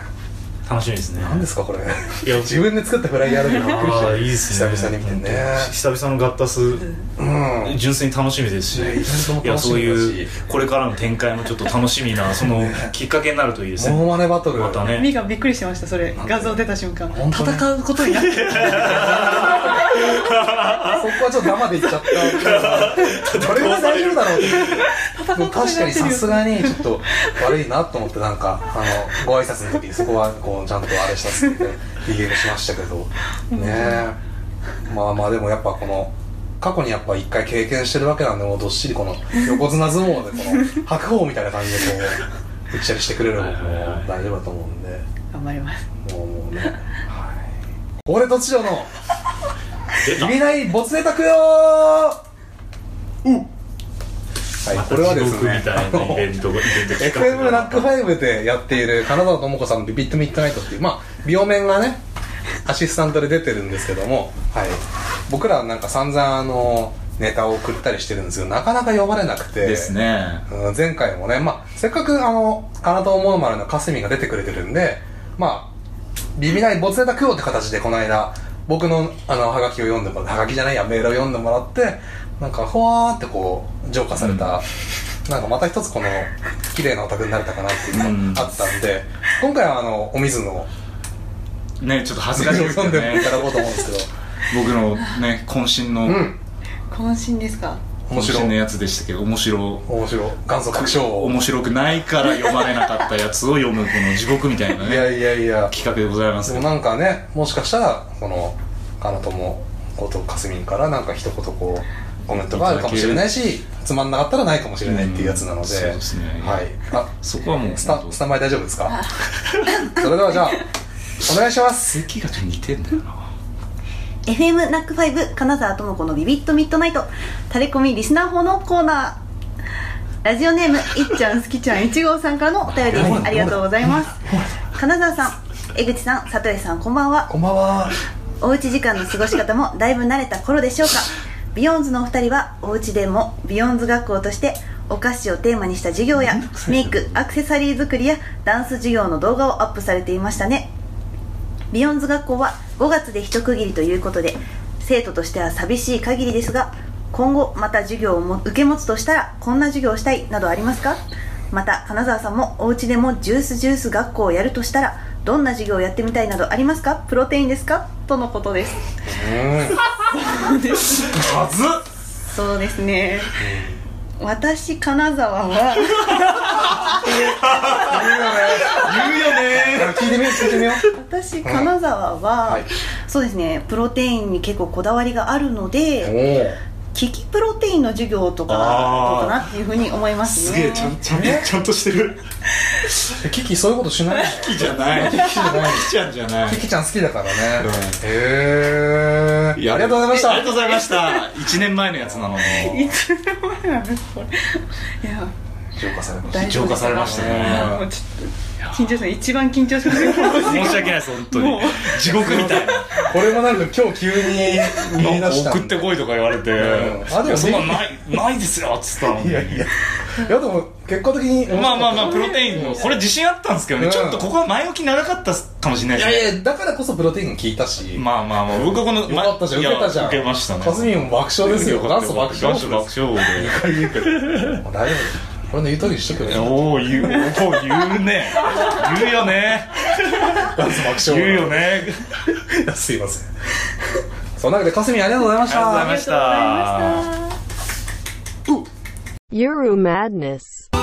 [SPEAKER 2] 楽しみですね
[SPEAKER 1] 何ですかこれ
[SPEAKER 2] いや
[SPEAKER 1] 自分で作ったフライヤーのびっくりし
[SPEAKER 2] あ
[SPEAKER 1] た
[SPEAKER 2] あいいですね
[SPEAKER 1] 久々に見てね
[SPEAKER 2] 久々のガッタス
[SPEAKER 1] うん
[SPEAKER 2] 純粋に楽しみですし、
[SPEAKER 1] ねイベントも楽しみだし
[SPEAKER 2] いやそういうこれからの展開もちょっと楽しみ なそのきっかけになるといいです
[SPEAKER 1] モノ
[SPEAKER 2] ね
[SPEAKER 1] マネバトル
[SPEAKER 2] またね
[SPEAKER 6] ミカびっくりしてましたそれ画像出た瞬間
[SPEAKER 1] 本当に
[SPEAKER 6] 戦うことにな ってる
[SPEAKER 1] そこはちょっと生でいっちゃったどれぐらい大丈夫だろうってでも確かにさすがにちょっと悪いなと思ってなんかあのご挨拶の時にそこはこうちゃんとあれしたっつって理由しましたけどねえまあまあでもやっぱこの過去にやっぱ一回経験してるわけなんでもうどっしりこの横綱相撲でこの白鵬みたいな感じでこううっちゃりしてくれればもう大丈夫だと思うんで
[SPEAKER 6] 頑張ります
[SPEAKER 1] もうもうねはい俺と千代の
[SPEAKER 2] 出た
[SPEAKER 1] 意味ないボツネタくよーはい、
[SPEAKER 2] ま
[SPEAKER 1] こ
[SPEAKER 2] た
[SPEAKER 1] れはで
[SPEAKER 2] 地
[SPEAKER 1] す
[SPEAKER 2] 獄み
[SPEAKER 1] ね
[SPEAKER 2] たい なイベントがイベント企画
[SPEAKER 1] FM ラックファイブでやっている金沢智子さんの「ビビットミッドナイト」っていうまあ美容面がねアシスタントで出てるんですけども、はい、僕らはなんか散々あのネタを送ったりしてるんですけどなかなか呼ばれなくて
[SPEAKER 7] ですね
[SPEAKER 1] うん前回もね、まあ、せっかくあの、かなとものまねのかすみが出てくれてるんで、まあ、ビビないボツネタ食おうって形でこの間、僕の、あの、はがきを読んでもらはがきじゃないや、メールを読んでもらって、なんか、ほわーってこう、浄化された、なんかまた一つこの、綺麗なお宅になれたかなっていうのがあったんで、今回はあの、お水の、
[SPEAKER 7] ねちょっと恥ずかしいです
[SPEAKER 1] 読
[SPEAKER 7] け
[SPEAKER 1] ん
[SPEAKER 7] ど
[SPEAKER 1] でい
[SPEAKER 7] ね
[SPEAKER 1] ただこうと思うんですけど、
[SPEAKER 7] 僕のね渾身の、
[SPEAKER 1] うん、
[SPEAKER 3] 渾身ですか
[SPEAKER 1] 面白
[SPEAKER 7] 渾身の
[SPEAKER 1] い。
[SPEAKER 7] やつでしたけど面白
[SPEAKER 1] 面白い。元祖確証を。
[SPEAKER 7] 面白くないから読まれなかったやつを読むこの地獄みたいない
[SPEAKER 1] や
[SPEAKER 7] ね
[SPEAKER 1] いやいや。
[SPEAKER 7] 企画でございます
[SPEAKER 1] で
[SPEAKER 7] け
[SPEAKER 1] も
[SPEAKER 7] ど
[SPEAKER 1] なんかねもしかしたらこのかなともことかすみんからなんか一言こうコメントがあるかもしれないしつまんなかったらないかもしれないっていうやつなので、
[SPEAKER 7] うんそうですね
[SPEAKER 1] はいあ
[SPEAKER 7] そこはもう
[SPEAKER 1] スタ
[SPEAKER 7] 本当
[SPEAKER 1] スタンバイ大丈夫ですかそれではじゃあお願いします
[SPEAKER 7] 席がちょっと似てんだよな
[SPEAKER 3] FM ナックファイブ金沢智子のビビットミッドナイトタレコミリスナー法のコーナーラジオネームいっちゃんすきちゃん1号さんからのお便りですありがとうございます金沢さん江口さん里江さんこんばんは
[SPEAKER 1] こんばんは
[SPEAKER 3] おうち時間の過ごし方もだいぶ慣れた頃でしょうかビヨンズのお二人はおうちでもビヨンズ学校としてお菓子をテーマにした授業やメイクアクセサリー作りやダンス授業の動画をアップされていましたねビヨンズ学校は5月で一区切りということで生徒としては寂しい限りですが今後また授業をも受け持つとしたらこんな授業をしたいなどありますかまた金沢さんもお家でもジュースジュース学校をやるとしたらどんな授業をやってみたいなどありますかプロテインですかとのことです
[SPEAKER 2] はずっ
[SPEAKER 3] そうですね私金沢は
[SPEAKER 7] 言うよね
[SPEAKER 1] 聞いてみよう聞いてみよう
[SPEAKER 3] 私金沢は、
[SPEAKER 1] はい
[SPEAKER 3] そうですねプロテインに結構こだわりがあるので、
[SPEAKER 1] おお
[SPEAKER 3] 危機プロテインの授業とかどうかなっていうふうに思います
[SPEAKER 2] す
[SPEAKER 3] ね
[SPEAKER 2] げえちゃんちゃんちゃんとしてる
[SPEAKER 1] キキそういうことしない
[SPEAKER 7] キキじゃないキキじゃないキキちゃんじゃない
[SPEAKER 1] キキちゃん好きだからね
[SPEAKER 7] うん
[SPEAKER 1] へえありがとうございまし
[SPEAKER 7] ありが
[SPEAKER 1] た
[SPEAKER 7] とうございました1年前のやつなのに
[SPEAKER 6] いや
[SPEAKER 1] 浄化されました
[SPEAKER 3] 大丈
[SPEAKER 7] 浄
[SPEAKER 3] 夫で
[SPEAKER 7] 化
[SPEAKER 3] す
[SPEAKER 7] されましたね
[SPEAKER 6] もうちょっと緊張した一番緊張しました
[SPEAKER 7] 申し訳ないです本当に
[SPEAKER 6] もう
[SPEAKER 7] 地獄みたいな
[SPEAKER 1] これもなんか今日急に言い出した
[SPEAKER 7] 送ってこいとか言われて
[SPEAKER 1] うんあでも
[SPEAKER 7] いやそんなんないないですよっつったのに
[SPEAKER 1] いやいやいやでも結果的に
[SPEAKER 7] まあまあまあプロテインのこれ自信あったんですけど
[SPEAKER 1] う
[SPEAKER 7] ね
[SPEAKER 1] ん
[SPEAKER 7] ちょっとここは前置き長かったかもしれない
[SPEAKER 1] い
[SPEAKER 7] ですね
[SPEAKER 1] やいやだからこそプロテイン効いたし、
[SPEAKER 7] まあまあまあ僕はこの
[SPEAKER 1] よかったじゃん
[SPEAKER 7] いや
[SPEAKER 1] 受けたじゃん
[SPEAKER 7] 受けましたね
[SPEAKER 1] かすみも爆笑ですよ元祖爆笑
[SPEAKER 7] 元祖爆笑で
[SPEAKER 1] 言うけどもう大丈夫俺の言う通りにしとくよ
[SPEAKER 7] おお言うおー言うね言うよね
[SPEAKER 1] 元祖
[SPEAKER 7] 言
[SPEAKER 1] 爆笑
[SPEAKER 7] うよね
[SPEAKER 1] いやすいませんそんなわけでかすみありがとうございまし
[SPEAKER 7] ありがとうござい
[SPEAKER 1] た
[SPEAKER 7] ました
[SPEAKER 8] Euro Madness.